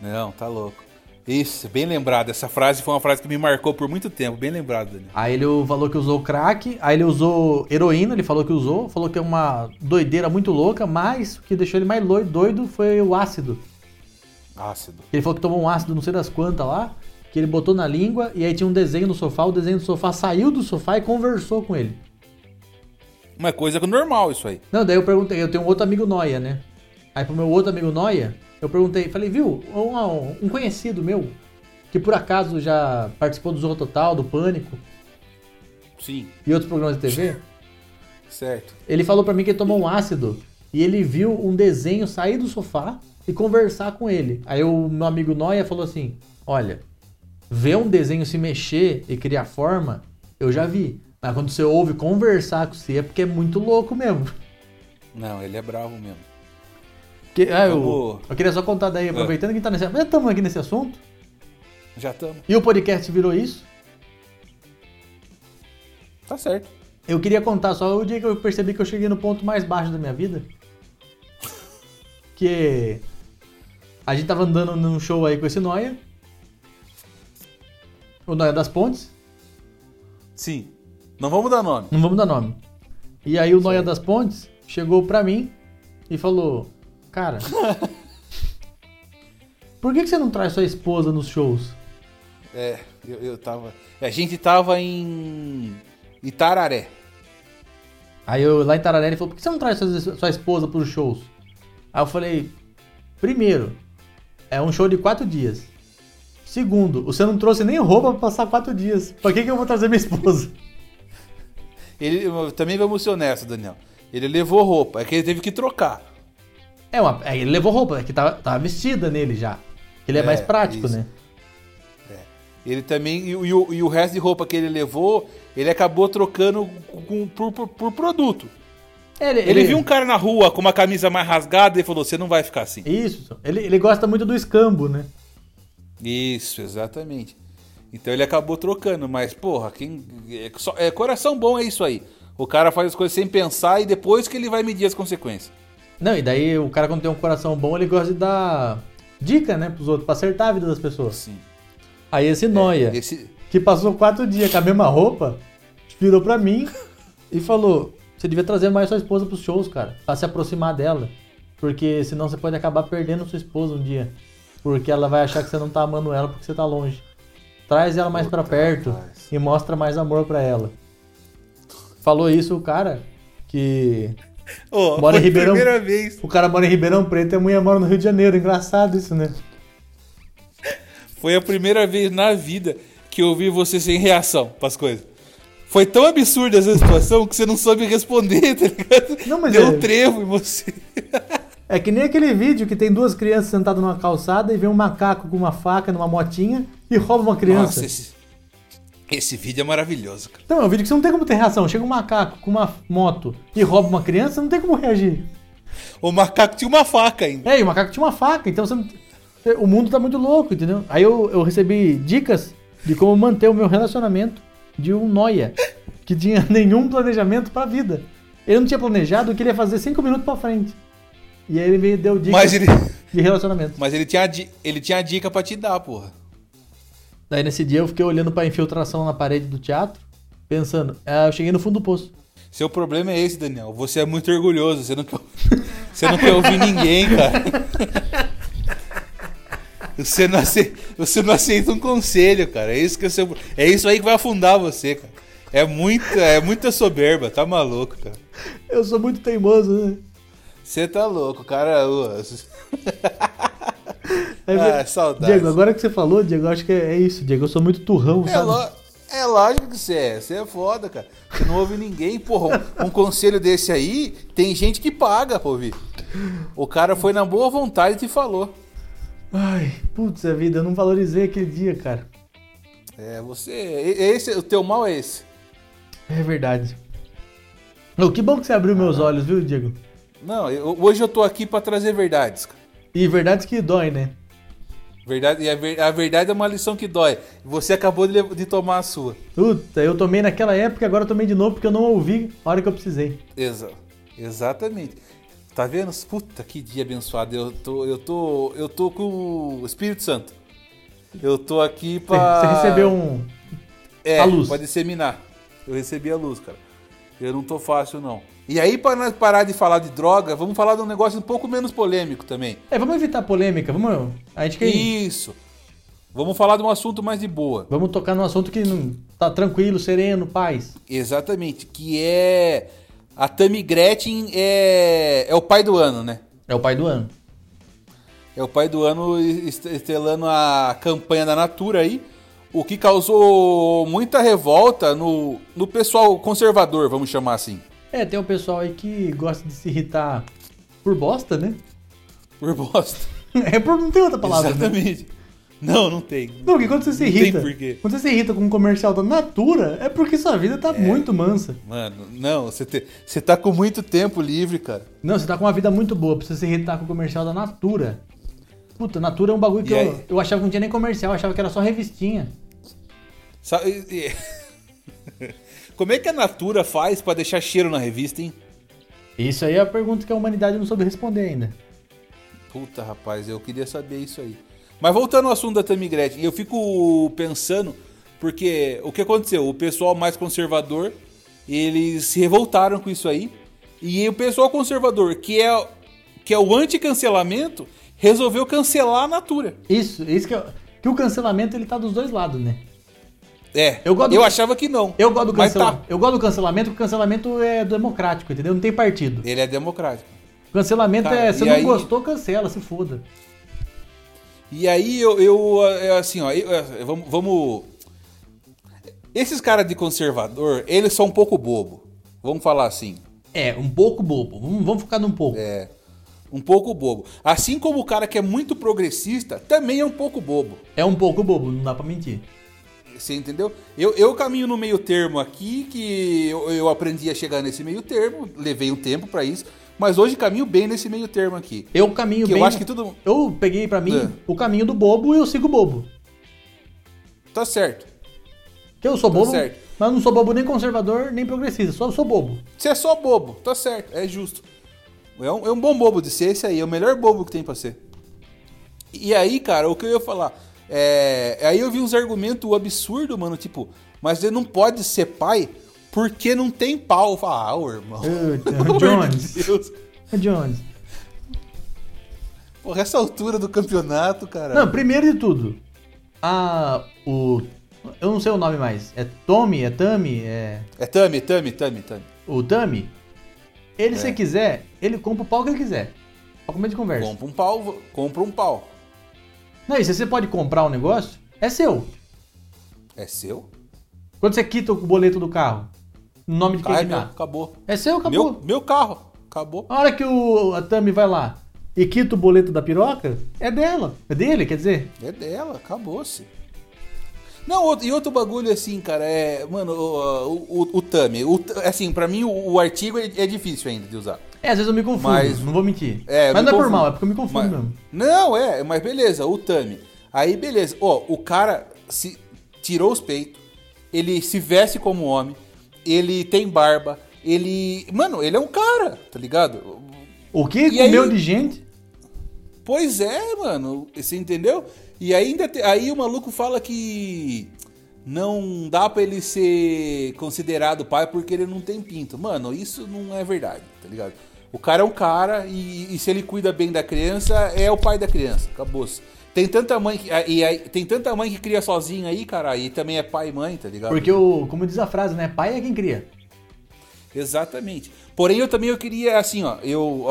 Não, tá louco. Isso, bem lembrado. Essa frase foi uma frase que me marcou por muito tempo. Bem lembrado, Daniel.
Aí ele falou que usou crack, aí ele usou heroína, ele falou que usou, falou que é uma doideira muito louca, mas o que deixou ele mais loi- doido foi o ácido.
Ácido.
Ele falou que tomou um ácido não sei das quantas lá, que ele botou na língua e aí tinha um desenho no sofá, o desenho do sofá saiu do sofá e conversou com ele.
Uma coisa é normal isso aí.
Não, daí eu perguntei, eu tenho um outro amigo Noia, né? Aí pro meu outro amigo Noia, eu perguntei, falei, viu, um, um conhecido meu, que por acaso já participou do Zorro Total, do Pânico
Sim,
e outros programas de TV,
certo.
ele falou pra mim que ele tomou um ácido e ele viu um desenho sair do sofá e conversar com ele. Aí o meu amigo Noia falou assim, olha, ver um desenho se mexer e criar forma, eu já vi. Mas quando você ouve conversar com você é porque é muito louco mesmo.
Não, ele é bravo mesmo.
Que- ah, eu,
Vamos-
eu queria só contar daí, aproveitando que tá nesse, mas estamos aqui nesse assunto.
Já estamos.
E o podcast virou isso.
Tá certo.
Eu queria contar só o dia que eu percebi que eu cheguei no ponto mais baixo da minha vida. Que a gente tava andando num show aí com esse Noia. O Noia das Pontes.
Sim. Não vamos dar nome.
Não vamos dar nome. E aí o Noia das Pontes chegou pra mim e falou: Cara, por que, que você não traz sua esposa nos shows?
É, eu, eu tava. é, A gente tava em. Itararé.
Aí eu lá em Tararé ele falou: Por que você não traz sua, sua esposa pros shows? Aí eu falei: Primeiro, é um show de quatro dias. Segundo, você não trouxe nem roupa pra passar quatro dias. Pra que, que eu vou trazer minha esposa?
Ele, eu- também vamos ser honestos, Daniel. Ele levou roupa, é que ele teve que trocar.
É, uma, é, ele levou roupa, é que tava, tava vestida nele já. Ele é,
É,
mais prático,
isso.
né?
Ele também. E, o- e o, e o resto de roupa que ele levou, ele acabou trocando com- por, por- por produto.
Ele,
Ele, viu um cara na rua com uma camisa mais rasgada e falou: Você não vai ficar assim.
Isso, ele, ele gosta muito do escambo, né?
Isso, exatamente. Então ele acabou trocando, mas porra, quem é, só- é coração bom é isso aí. O cara faz as coisas sem pensar e depois que ele vai medir as consequências.
Não, e daí o cara quando tem um coração bom, ele gosta de dar dica, né, pros outros, pra acertar a vida das pessoas.
Sim.
Aí esse noia,
Esse
que passou quatro dias com a mesma roupa, virou pra mim e falou, você devia trazer mais sua esposa pros shows, cara, pra se aproximar dela. Porque senão você pode acabar perdendo sua esposa um dia. Porque ela vai achar que você não tá amando ela porque você tá longe. Traz ela mais pra perto
rapaz.
e mostra mais amor pra ela. Falou isso o cara que
Ó,
Bora,
foi a
Ribeirão.
primeira vez.
O cara mora em Ribeirão Preto e a mulher mora no Rio de Janeiro. Engraçado isso, né?
Foi a primeira vez na vida que eu vi você sem reação pras coisas. Foi tão absurda essa situação que você não soube responder, tá ligado?
Não, mas
Deu
é-
um trevo em você.
É que nem aquele vídeo que tem duas crianças sentadas numa calçada e vem um macaco com uma faca numa motinha e rouba uma criança.
Nossa, esse, esse vídeo é maravilhoso, cara.
Então, é um vídeo que você não tem como ter reação. Chega um macaco com uma moto e rouba uma criança, não tem como reagir.
O macaco tinha uma faca ainda.
É, e o macaco tinha uma faca, então você não... o mundo tá muito louco, entendeu? Aí eu, eu recebi dicas de como manter o meu relacionamento de um noia que tinha nenhum planejamento pra vida. Ele não tinha planejado o que ele ia fazer cinco minutos pra frente. E aí ele me deu dicas
Mas ele,
de relacionamento.
mas ele tinha, a di- ele tinha a dica pra te dar, porra.
Daí nesse dia eu fiquei olhando pra infiltração na parede do teatro, pensando, ah, eu cheguei no fundo do poço.
Seu problema é esse, Daniel. Você é muito orgulhoso. Você não quer, você não quer ouvir ninguém, cara. Você não, ace- você não aceita um conselho, cara. É isso, que é, seu, é isso aí que vai afundar você, cara. É muita, é muita soberba. Tá maluco, cara.
Eu sou muito teimoso, né?
Você tá louco, cara. ô,
Aí eu
Ah,
falei,
saudades.
Diego, agora que você falou, Diego, eu acho que é é isso, Diego. Eu sou muito turrão,
É,
sabe?
lo- é lógico que você é. Você é foda, cara. Você não ouve ninguém. Porra, um conselho desse aí, tem gente que paga pra ouvir. O cara foi na boa vontade e te falou.
Ai, putz, a vida, eu não valorizei aquele dia, cara.
É, você. e- Esse, o teu mal é esse.
É verdade. Ô, que bom que você abriu meus
Ah.
olhos, viu, Diego?
Não, eu- hoje eu tô aqui pra trazer verdades. cara.
E verdade que dói, né?
Verdade, e a, ver- a verdade é uma lição que dói. Você acabou de, lev- de tomar a sua.
Puta, eu tomei naquela época e agora eu tomei de novo porque eu não ouvi a hora que eu precisei.
Exa exatamente. Tá vendo? Puta que dia abençoado. Eu tô, eu tô, eu tô com o Espírito Santo. Eu tô aqui
Você,
pra.
você recebeu um.
É,
a luz.
pra disseminar. Eu recebi a luz, cara. Eu não tô fácil, não. E aí, pra nós parar de falar de droga, vamos falar de um negócio um pouco menos polêmico também.
É, vamos evitar polêmica, vamos. A gente quer.
Isso. Vamos falar de um assunto mais de boa.
Vamos tocar num assunto que não tá tranquilo, sereno, paz.
Exatamente. Que é. A Tammy Gretchen é, é o pai do ano, né?
É o pai do ano.
É o pai do ano est- estrelando a campanha da Natura aí. O que causou muita revolta no, no pessoal conservador, vamos chamar assim.
É, tem um pessoal aí que gosta de se irritar por bosta, né?
Por bosta.
É por. Não tem outra palavra, né?
Exatamente. Não, não tem.
Não, porque quando você se
Não tem
irrita.
porquê.
Quando você se irrita com um comercial da Natura, é porque sua vida tá muito mansa.
Mano, não, você, te- você tá com muito tempo livre, cara.
Não, você tá com uma vida muito boa, precisa se irritar com o comercial da Natura. Puta, Natura é um bagulho que
E
eu,
aí?
eu achava que não tinha nem comercial, eu achava que era só revistinha.
Sa- e- e- Como é que a Natura faz pra deixar cheiro na revista, hein?
Isso aí é a pergunta que a humanidade não soube responder ainda.
Puta, rapaz, eu queria saber isso aí. Mas voltando ao assunto da Tammy Gretchen, eu fico pensando, porque o que aconteceu? O pessoal mais conservador, eles se revoltaram com isso aí. E o pessoal conservador, que é, que é o anti-cancelamento, resolveu cancelar a Natura.
Isso, isso que, eu, que o cancelamento ele tá dos dois lados, né?
É, eu, do, eu achava que não.
Eu gosto, do cancela, tá. eu gosto do cancelamento porque o cancelamento é democrático, entendeu? Não tem partido.
Ele é democrático.
Cancelamento Cara, é, se não aí... gostou, cancela, se foda.
E aí eu, eu, eu assim, ó, eu, vamos, vamos. Esses caras de conservador, eles são um pouco bobo. Vamos falar assim.
É, um pouco bobo. Vamos, vamos focar num pouco.
É. Um pouco bobo. Assim como o cara que é muito progressista também é um pouco bobo.
É um pouco bobo, não dá pra mentir.
Você entendeu? Eu, eu caminho no meio termo aqui, que eu, eu aprendi a chegar nesse meio termo, levei um tempo para isso, mas hoje caminho bem nesse meio termo aqui.
Eu caminho
que
bem.
Eu acho que tudo.
Eu peguei para mim é. o caminho do bobo e eu sigo o bobo.
Tá certo.
Que eu sou tá bobo, certo. mas não sou bobo nem conservador nem progressista, só sou bobo.
Você é só bobo, tá certo, é justo. É um, é um bom bobo de ser esse aí, é o melhor bobo que tem pra ser. E aí, cara, o que eu ia falar? É, aí eu vi uns argumentos absurdos, mano, tipo, mas ele não pode ser pai porque não tem pau. Ah, ô irmão.
Uh, Jones. É de Jones.
Porra, essa altura do campeonato, cara.
Não, primeiro de tudo, a. O. Eu não sei o nome mais. É Tommy? É Tami? É.
É Tami, Tami, Tami, Tami.
O Tami? Ele, é. se quiser, ele compra o pau que ele quiser. Pra comer de conversa.
Compra um pau, compra um pau.
Não, e se você pode comprar um negócio, é seu.
É seu?
Quando você quita o boleto do carro, no nome de quem
Ai, que meu, tá? Acabou.
É seu, acabou.
Meu, meu, carro, acabou.
A hora que o, a Tami vai lá e quita o boleto da piroca, é dela. É dele, quer dizer?
É dela, acabou-se. Não, outro, e outro bagulho assim, cara, é. Mano, o, o, o, o Tami. O, assim, pra mim o, artigo é, é, difícil ainda de usar.
É, às vezes eu me confundo, mas, não vou mentir. É, mas me não confundo. é por mal, é porque eu me confundo
mas,
mesmo.
Não, é, mas beleza, o Tami. Aí, beleza. Ó, o cara se tirou os peitos, ele se veste como homem, ele tem barba, ele. Mano, ele é um cara, tá ligado?
O que? E Comeu aí... de gente?
Pois é, mano. Você entendeu? E ainda te... aí o maluco fala que não dá para ele ser considerado pai porque ele não tem pinto. Mano, isso não é verdade, tá ligado? O cara é um cara e, e se ele cuida bem da criança, é o pai da criança. Acabou-se. Tem tanta mãe que, e, e, tem tanta mãe que cria sozinha aí, cara, e também é pai e mãe, tá ligado?
Porque o, como diz a frase, né? Pai é quem cria.
Exatamente. Porém, eu também eu queria, assim, ó, eu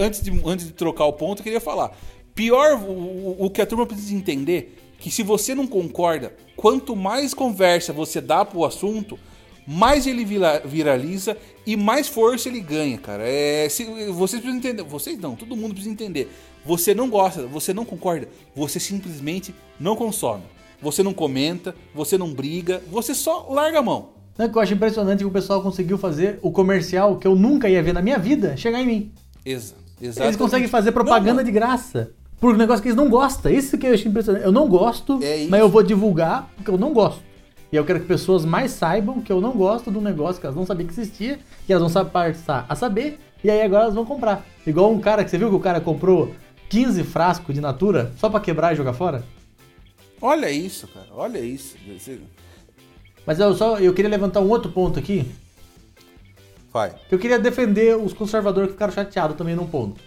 antes de, antes de trocar o ponto, eu queria falar. Pior o, o que a turma precisa entender que se você não concorda, quanto mais conversa você dá pro assunto, mais ele vira, viraliza e mais força ele ganha, cara. É, se, vocês precisam entender, vocês não, todo mundo precisa entender. Você não gosta, você não concorda, você simplesmente não consome. Você não comenta, você não briga, você só larga a mão.
Não, é que eu acho impressionante que o pessoal conseguiu fazer o comercial que eu nunca ia ver na minha vida chegar em mim.
Exa,
exatamente. Eles conseguem fazer propaganda não, de graça. Por um negócio que eles não gostam. Isso que eu acho impressionante. Eu não gosto, é mas eu vou divulgar porque eu não gosto. E eu quero que pessoas mais saibam que eu não gosto do negócio que elas não sabiam que existia, que elas vão passar a saber, e aí agora elas vão comprar. Igual um cara que você viu que o cara comprou 15 frascos de Natura só para quebrar e jogar fora?
Olha isso, cara, olha isso.
Mas eu só eu queria levantar um outro ponto aqui.
Vai.
Eu queria defender os conservadores que ficaram chateados também num ponto.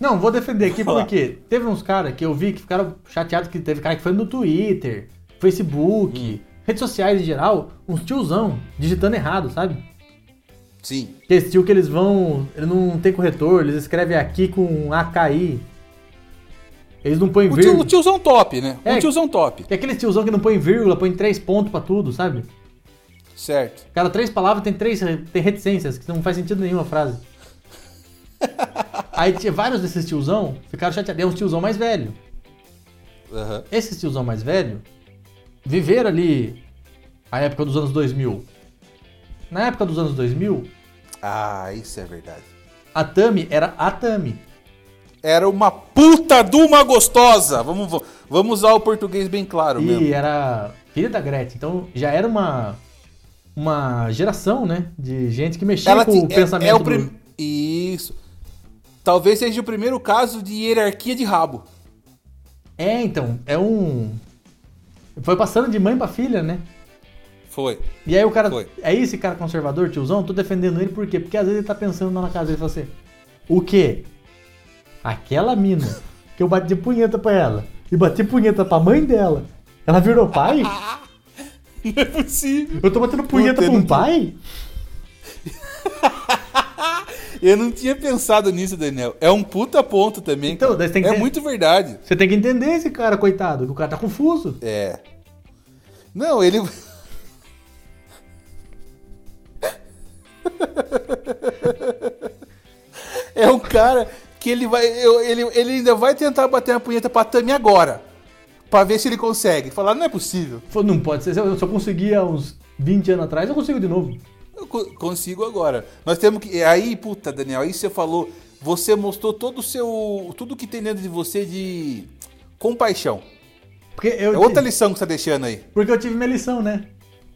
não, vou defender aqui porque teve uns caras que eu vi que ficaram chateados, que teve cara que foi no Twitter, Facebook, hum. redes sociais em geral, uns tiozão digitando errado, sabe?
Sim.
Esse tio que eles vão. Ele não tem corretor, eles escrevem aqui com AKI. Eles não põem vírgula. O,
tio, o tiozão top, né? É, o tiozão top.
É aquele tiozão que não põe vírgula, põe três pontos pra tudo, sabe?
Certo.
Cada três palavras tem três tem reticências, que não faz sentido nenhuma a frase. Aí vários desses tiozão ficaram chateados. É um tiozão mais velho.
Uhum.
Esse tiozão mais velho, viver ali a época dos anos 2000. Na época dos anos 2000.
Ah, isso é verdade.
A Tami era a Tami.
Era uma puta de uma gostosa. Vamos, vamos usar o português bem claro
e
mesmo.
E era filha da Gretchen, então já era uma uma geração, né? De gente que mexia com o
te-
pensamento
é o
do-
prim- Isso. Talvez seja o primeiro caso de hierarquia de rabo.
É, então, é um... Foi passando de mãe pra filha, né?
Foi.
E aí o cara.
Foi.
Aí esse cara conservador, tiozão, tô defendendo ele por quê? Porque às vezes ele tá pensando lá na casa dele e fala assim: O quê? Aquela mina que eu bati punheta pra ela e bati punheta pra mãe dela, ela virou pai?
Não é possível.
Eu tô batendo punheta pra
Puta, eu
um
não tô-
pai?
Eu não tinha pensado nisso, Daniel. É um puta ponto também.
Então,
cara.
daí você tem que
é
ter-
muito verdade.
Você tem que entender esse cara, coitado, que o cara tá confuso.
É. Não, ele. é um cara que ele vai. eu- ele, ele ainda vai tentar bater uma punheta pra Tami agora. Pra ver se ele consegue. Falar, não é possível.
Falou, não pode ser, se eu, se eu conseguia há uns 20 anos atrás, eu consigo de novo.
Eu co- consigo agora. Nós temos que. é, Aí, puta, Daniel, aí você falou. Você mostrou todo o seu. Tudo que tem dentro de você de. Compaixão.
Porque eu,
É outra lição que você tá deixando aí.
porque eu tive minha lição, né?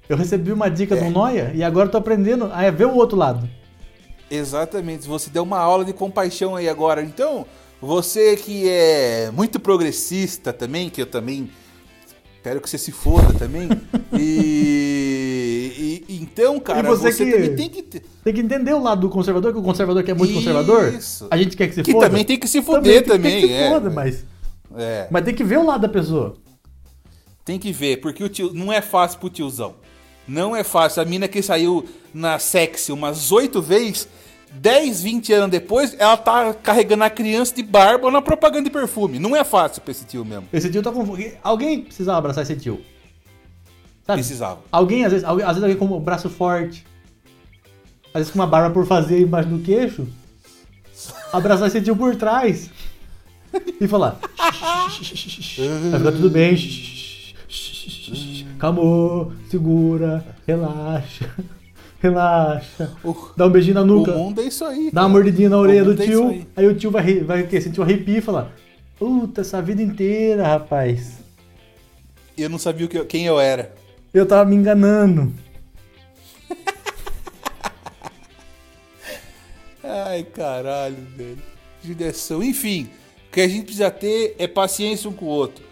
Eu recebi uma dica
É.
do Noia e agora eu tô aprendendo a ver o outro lado.
Exatamente, você deu uma aula de compaixão aí agora. Então, você que é muito progressista também, que eu também espero que você se foda também. e, e- então, cara,
você
você,
que-
também tem que ter-
Tem que entender o lado do conservador, que o conservador que é muito
Isso.
conservador, a gente quer que se
que
foda.
também tem que se foder também,
tem que se
é.
foda, mas,
É,
mas tem que ver o lado da pessoa.
tem que ver, porque o tio não é fácil pro tiozão. Não é fácil. A mina que saiu na sexy umas oito vezes, 10, 20 anos depois, ela tá carregando a criança de barba na propaganda de perfume. Não é fácil pra esse tio mesmo.
Esse tio tá confuso. Alguém precisava abraçar esse tio. Sabe?
Precisava.
Alguém, às vezes, alguém, às vezes alguém com o braço forte. Às vezes com uma barba por fazer embaixo do queixo. Abraçar esse tio por trás. E falar. Vai ficar tudo bem. Calmou, segura, relaxa. Relaxa.
O-
Dá um beijinho na nuca.
O mundo é isso aí.
Dá
cara.
uma mordidinha na orelha
O
do
mundo é
tio.
isso
Aí. o tio vai, ri- vai o quê? sentir um arrepio e falar: Puta, essa vida inteira, rapaz.
E Eu não sabia o que eu- quem eu era.
Eu tava me enganando.
Ai, caralho, velho. Judiação. Enfim, o que a gente precisa ter é paciência um com o outro.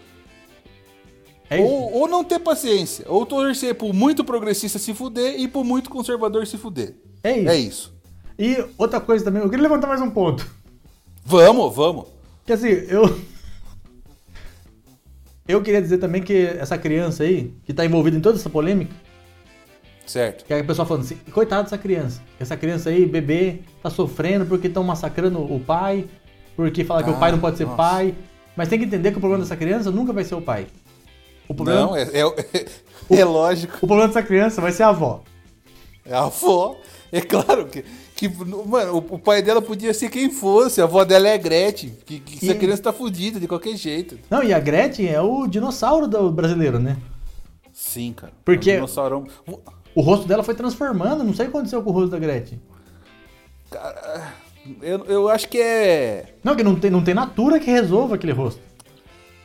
É isso.
Ou, ou não ter paciência. Ou torcer por muito progressista se fuder e por muito conservador se fuder.
É isso.
É isso.
E outra coisa também, eu queria levantar mais um ponto.
Vamos, vamos.
Que assim, eu. Eu queria dizer também que essa criança aí, que tá envolvida em toda essa polêmica,
Certo.
que a pessoa falando assim, coitado dessa criança. Essa criança aí, bebê, tá sofrendo porque estão massacrando o pai, porque fala que o
Ah,
pai não pode ser
nossa.
pai. Mas tem que entender que o problema dessa criança nunca vai ser o pai. O problema,
Não, é, é, é lógico.
o problema dessa criança vai ser a avó.
É a avó. É claro que, que mano, o, o pai dela podia ser quem fosse. A avó dela é a Gretchen. Que, que essa
E-
criança tá fudida de qualquer jeito.
Não, e a Gretchen é o dinossauro do brasileiro, né?
Sim, cara.
Porque-
É um dinossaurão.
O rosto dela foi transformando, não sei o que aconteceu com o rosto da Gretchen.
é, Eu, eu acho que é.
Não, que não tem, não tem natura que resolva aquele rosto.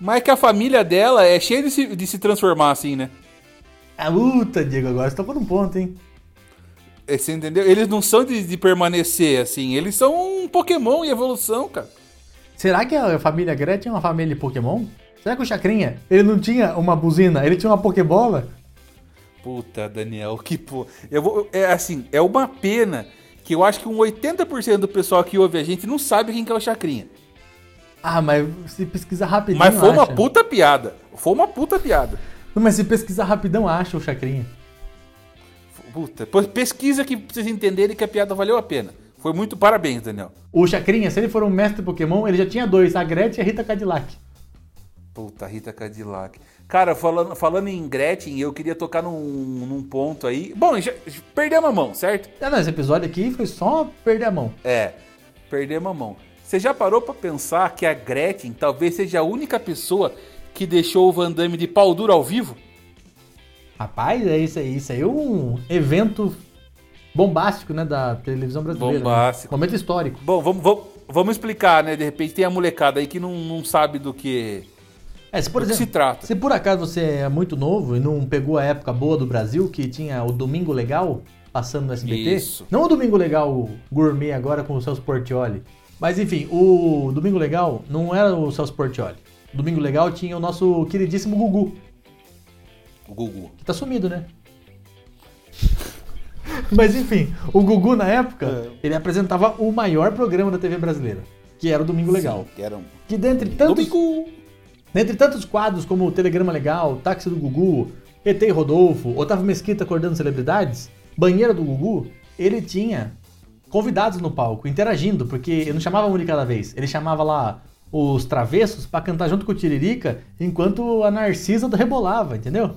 Mas que a família dela é cheia de se, de se transformar assim, né?
Ah, puta, Diego, agora você tocou num ponto, hein?
É, Você entendeu? Eles não são de, de permanecer assim. Eles são um Pokémon em evolução, cara.
Será que a família Gretchen é uma família de Pokémon? Será que o Chacrinha, ele não tinha uma buzina, ele tinha uma Pokébola?
Puta, Daniel, que pô. Eu vou, é assim, é uma pena que eu acho que um 80% do pessoal que ouve a gente não sabe quem que é o Chacrinha.
Ah, mas se pesquisar rapidão
Mas foi uma
acha.
puta piada. Foi uma puta piada.
Não, mas se pesquisar rapidão, acha o Chacrinha.
Puta, pois pesquisa que pra vocês entenderem que a piada valeu a pena. Foi muito parabéns, Daniel.
O Chacrinha, se ele for um mestre Pokémon, ele já tinha dois, a Gretchen e a Rita Cadillac.
Puta, Rita Cadillac. Cara, falando, falando em Gretchen, eu queria tocar num, num ponto aí. Bom, já, já perdemos a mão, certo?
Ah, não, esse episódio aqui foi só perder a mão.
É, perdemos a mão. Você já parou pra pensar que a Gretchen talvez seja a única pessoa que deixou o Van Damme de pau duro ao vivo?
Rapaz, é isso aí, isso aí é um evento bombástico, né, da televisão brasileira. né?
Bombástico.
Momento histórico.
Bom, vamos, vamos, vamos explicar, né? De repente tem a molecada aí que não, não sabe do que
É, se por
Do que
exemplo,
se trata?
se por acaso você é muito novo e não pegou a época boa do Brasil, que tinha o Domingo Legal passando no SBT,
Isso.
não o Domingo Legal gourmet agora com o Celso Portioli, mas enfim, o Domingo Legal não era o Celso Portioli. O Domingo Legal tinha o nosso queridíssimo Gugu,
O Gugu.
que tá sumido, né? Mas enfim, o Gugu na época,
É.
ele apresentava o maior programa da TV brasileira, que era o Domingo Legal.
Que era um...
Que dentre tantos,
Domingo.
dentre tantos quadros como o Telegrama Legal, Táxi do Gugu, ET e Rodolfo, Otávio Mesquita acordando celebridades, Banheira do Gugu, ele tinha convidados no palco, interagindo, porque ele não chamava um de cada vez, ele chamava lá os travessos pra cantar junto com o Tiririca, enquanto a Narcisa rebolava, entendeu?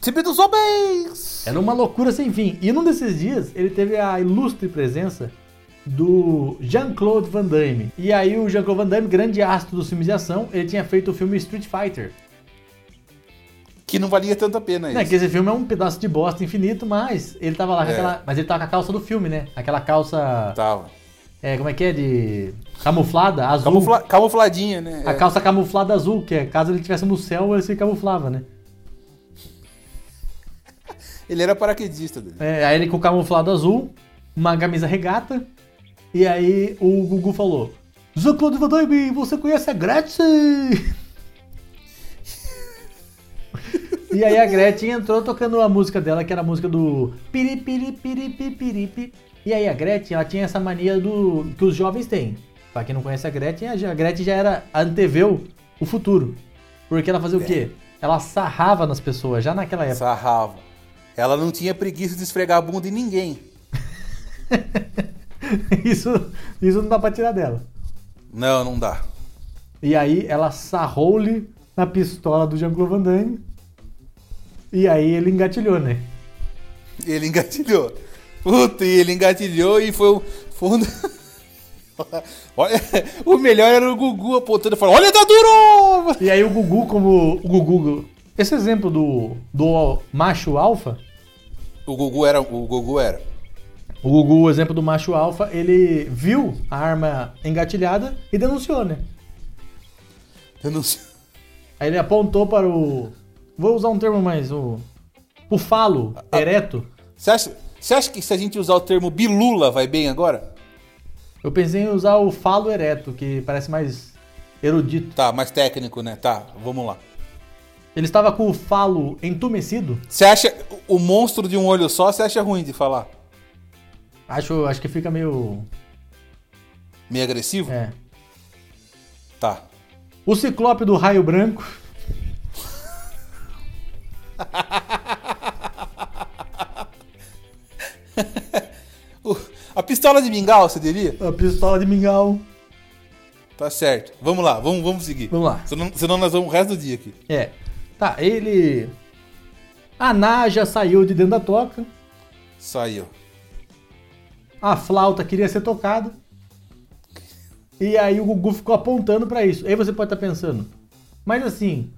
Time dos homens!
Era uma loucura sem fim. E num desses dias, ele teve a ilustre presença do Jean-Claude Van Damme. E aí o Jean-Claude Van Damme, grande astro dos filmes de ação, ele tinha feito o filme Street Fighter.
Que não valia tanto a pena
Né,
isso.
que esse filme é um pedaço de bosta infinito, mas ele tava lá com
É.
aquela... Mas ele tava com a calça do filme, né? Aquela calça...
Tava.
É, como é que é? De... Camuflada, azul.
Camufla... Camufladinha, né?
A
É.
calça camuflada azul, que é caso ele estivesse no céu, ele se camuflava, né?
Ele era paraquedista dele.
É, aí ele com o camuflado azul, uma camisa regata, e aí o Gugu falou: Jean-Claude Van Damme, você conhece a Gretchen? e aí a Gretchen entrou tocando a música dela, que era a música do piri piri piri pi, piri pi. E aí a Gretchen, ela tinha essa mania do que os jovens têm. Pra quem não conhece a Gretchen, a Gretchen já era anteveu o futuro. Porque ela fazia o quê? Ela sarrava nas pessoas já naquela época.
Sarrava. Ela não tinha preguiça de esfregar a bunda em ninguém.
isso, isso não dá pra tirar dela.
Não, não dá.
E aí ela sarrou-lhe na pistola do Jean-Claude Van Damme. E aí ele engatilhou, né?
Ele engatilhou. Puta, e ele engatilhou e foi um. Foi um... Olha, o melhor era o Gugu apontando e falando: Olha, tá duro!
E aí o Gugu, como. O Gugu. Esse exemplo do, do macho alfa,
O Gugu era. O Gugu era.
o Gugu, o exemplo do macho alfa, ele viu a arma engatilhada e denunciou, né?
Eu não sei.
Aí ele apontou para o. Vou usar um termo mais. O, o falo ereto.
Você acha, você acha que se a gente usar o termo bilula vai bem agora?
Eu pensei em usar o falo ereto, que parece mais erudito.
Tá, mais técnico, né? Tá, vamos lá.
Ele estava com o falo entumecido.
Você acha o monstro de um olho só, você acha ruim de falar?
Acho, acho que fica meio.
Meio agressivo?
É.
Tá.
O ciclope do raio branco.
O- a pistola de mingau, você diria?
A pistola de mingau.
Tá certo. Vamos lá, vamos, vamos seguir.
Vamos lá.
Senão, senão nós vamos o resto do dia aqui.
É. Tá, ele. A Naja saiu de dentro da toca.
Saiu.
A flauta queria ser tocada. E aí o Gugu ficou apontando pra isso. Aí você pode estar pensando. Mas assim.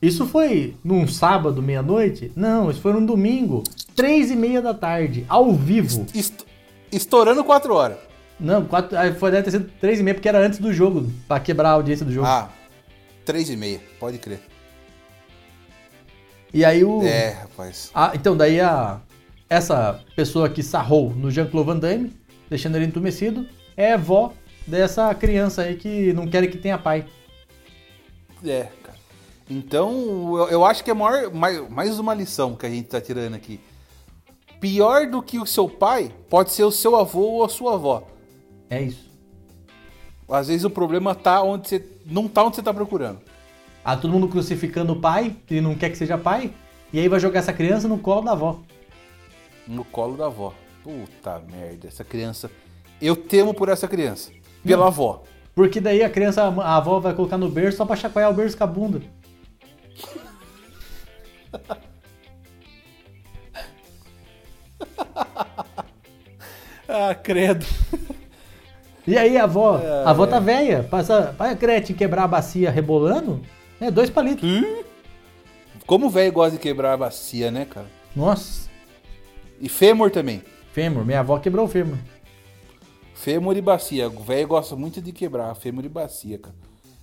Isso foi num sábado, meia-noite? Não, isso foi num domingo, três e meia da tarde, ao vivo.
Est- estourando 4 horas.
Não, quatro, ah, foi, deve ter sido três e meia, porque era antes do jogo, pra quebrar a audiência do jogo.
Ah, 3 e meia, pode crer.
E aí o.
É, rapaz.
Ah, então daí a. Essa pessoa que sarrou no Jean-Claude Van Damme, deixando ele entumecido, é a avó dessa criança aí que não quer que tenha pai.
É, cara. Então, eu, eu acho que é maior, mais, mais uma lição que a gente tá tirando aqui. Pior do que o seu pai, pode ser o seu avô ou a sua avó.
É isso.
Às vezes o problema tá onde você. não tá onde você tá procurando.
Ah, todo mundo crucificando o pai, que não quer que seja pai, e aí vai jogar essa criança no colo da avó.
No colo da avó. Puta merda, essa criança. Eu temo por essa criança. Pela avó.
Porque daí a criança, a avó vai colocar no berço só pra chacoalhar o berço com a bunda.
Ah, credo.
E aí a avó,
É.
a avó tá velha, passa, vai a Gretchen quebrar a bacia rebolando, é dois palitos.
Como o velho gosta de quebrar a bacia, né, cara?
Nossa,
E fêmur também.
fêmur, minha avó quebrou o fêmur.
Fêmur e bacia. O velho gosta muito de quebrar fêmur e bacia, cara.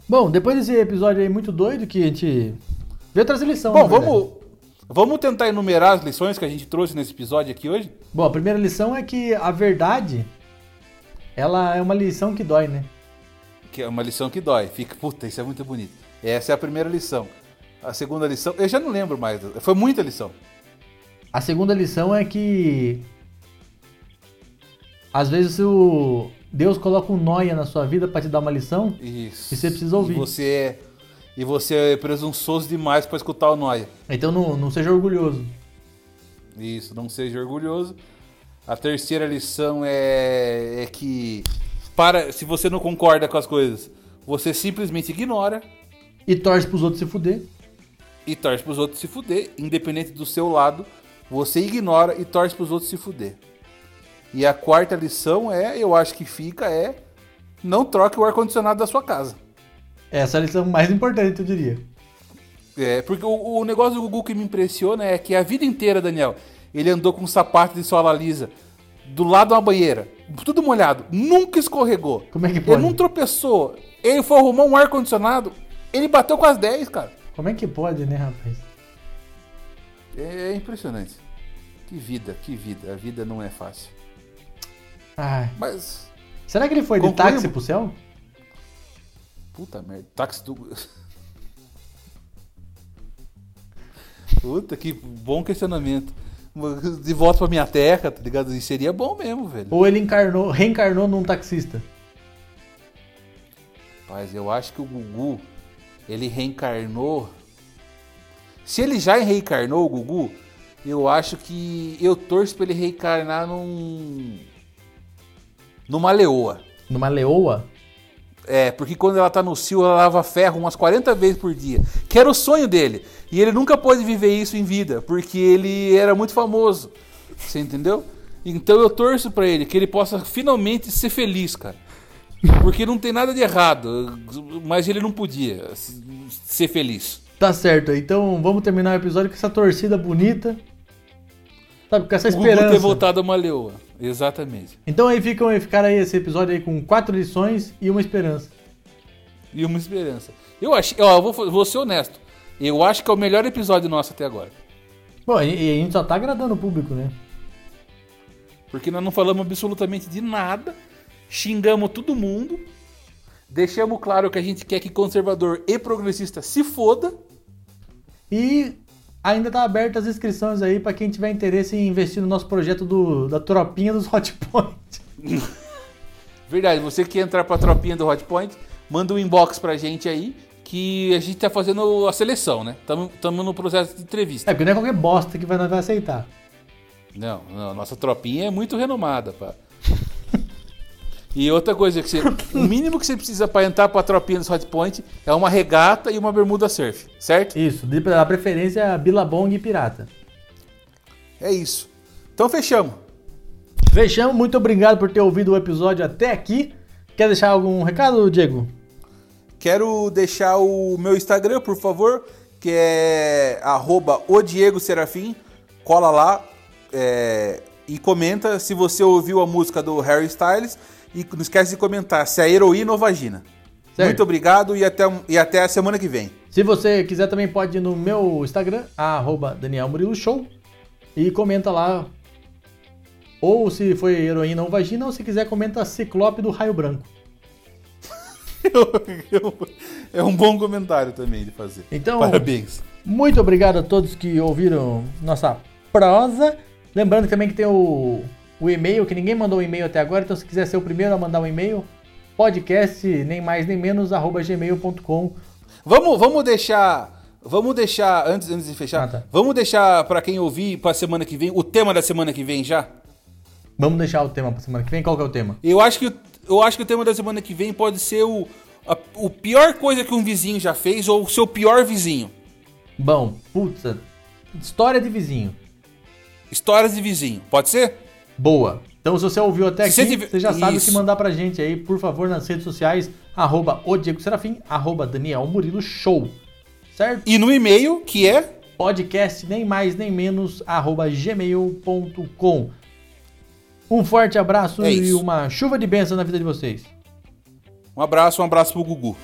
Bom, depois desse episódio aí muito doido que a gente veio trazer lição.
Bom,
na verdade.
vamos, vamos tentar enumerar as lições que a gente trouxe nesse episódio aqui hoje?
Bom, a primeira lição é que a verdade, ela é uma lição que dói, né?
Que é uma lição que dói. Fica, puta, isso é muito bonito. Essa é a primeira lição. A segunda lição, eu já não lembro mais. Foi muita lição.
A segunda lição é que às vezes o Deus coloca um noia na sua vida pra te dar uma lição.
Isso.
E você precisa ouvir.
E você é, e você é presunçoso demais pra escutar o Noia.
Então não, não seja orgulhoso.
Isso, não seja orgulhoso. A terceira lição é, é que para, se você não concorda com as coisas, você simplesmente ignora
E torce pros outros se fuder.
e torce pros outros se fuder, independente do seu lado, você ignora e torce pros outros se fuder. E a quarta lição é, eu acho que fica é não troque o ar condicionado da sua casa.
Essa é a lição mais importante, eu diria.
É, porque o, o negócio do Gugu que me impressiona é que a vida inteira, Daniel, ele andou com um sapato de sola lisa, do lado de uma banheira, tudo molhado, nunca escorregou.
Como é que
Ele
pode?
não tropeçou, ele foi arrumar um ar-condicionado, ele bateu com as 10, cara.
Como é que pode, né, rapaz?
É, é impressionante. Que vida, que vida. A vida não é fácil.
Ai.
Mas,
Será que ele foi de
Concluímos.
táxi pro céu?
puta merda, táxi do... Puta, que bom questionamento. De volta pra minha terra, tá ligado? E seria bom mesmo, velho.
Ou ele encarnou, reencarnou num taxista?
Rapaz, eu acho que o Gugu, ele reencarnou. Se ele já reencarnou o Gugu, eu acho que eu torço pra ele reencarnar num. numa leoa.
Numa leoa?
É, porque quando ela tá no cio, ela lava ferro umas 40 vezes por dia. Que era o sonho dele. E ele nunca pôde viver isso em vida, porque ele era muito famoso. Você entendeu? Então eu torço pra ele, que ele possa finalmente ser feliz, cara. Porque não tem nada de errado, mas ele não podia ser feliz.
Tá certo, então vamos terminar o episódio com essa torcida bonita. Sabe, com essa
O Gugu ter
esperança.
voltado a uma leoa. Exatamente.
Então aí ficam aí, ficaram aí esse episódio aí com quatro lições e uma esperança.
E uma esperança. Eu acho, ó, eu vou, vou ser honesto. Eu acho que é o melhor episódio nosso até agora.
Bom, e, e a gente só tá agradando o público, né?
Porque nós não falamos absolutamente de nada, xingamos todo mundo, deixamos claro que a gente quer que conservador e progressista se foda.
E ainda tá aberta as inscrições aí pra quem tiver interesse em investir no nosso projeto do, da tropinha dos Hot Points.
Verdade, você que entrar pra tropinha do Hot Point, manda um inbox pra gente aí, que a gente tá fazendo a seleção, né? Estamos no processo de
É,
entrevista.
porque não é qualquer bosta que vai, nós vai aceitar.
Não, não, nossa tropinha é muito renomada, pá. E outra coisa que você. O mínimo que você precisa pra entrar pra tropinha do Hot Point é uma regata e uma bermuda surf, certo?
Isso, de, a preferência Bilabong e Pirata.
É isso. Então fechamos.
Fechamos, muito obrigado por ter ouvido o episódio até aqui. Quer deixar algum recado, Diego?
Quero deixar o meu Instagram, por favor, que é arroba o Diego Serafim. Cola lá é, e comenta se você ouviu a música do Harry Styles. E não esquece de comentar se é heroína ou vagina.
Certo.
Muito obrigado e até, um, e até a semana que vem.
Se você quiser também pode ir no meu Instagram, arroba Daniel Murilo Show, e comenta lá ou se foi heroína ou vagina, ou se quiser comenta Ciclope do Raio Branco.
é um bom comentário também de fazer.
Então-
Parabéns.
Muito obrigado a todos que ouviram nossa prosa. Lembrando também que tem o, o e-mail, que ninguém mandou o e-mail até agora, então se quiser ser o primeiro a mandar um e-mail, podcast, nem mais nem menos, arroba gmail.com.
Vamos, vamos deixar. Vamos deixar, antes, antes de fechar,
Ah, tá.
vamos deixar pra quem ouvir pra semana que vem, o tema da semana que vem já?
Vamos deixar o tema pra semana que vem? Qual que é o tema?
Eu acho que, o- eu acho que o tema da semana que vem pode ser o, a o pior coisa que um vizinho já fez ou o seu pior vizinho.
Bom, putz, história de vizinho.
Histórias de vizinho, pode ser?
Boa. Então, se você ouviu até aqui,
Se você tiver-
você já sabe o que
Isso.
mandar pra gente aí, por favor, nas redes sociais, arroba o Diego Serafim, arroba Daniel Murilo Show. Certo?
E no e-mail, que é.
Podcast nem mais nem menos, arroba gmail.com. Um forte abraço
É
e
isso.
uma chuva de bênção na vida de vocês.
Um abraço, um abraço pro Gugu.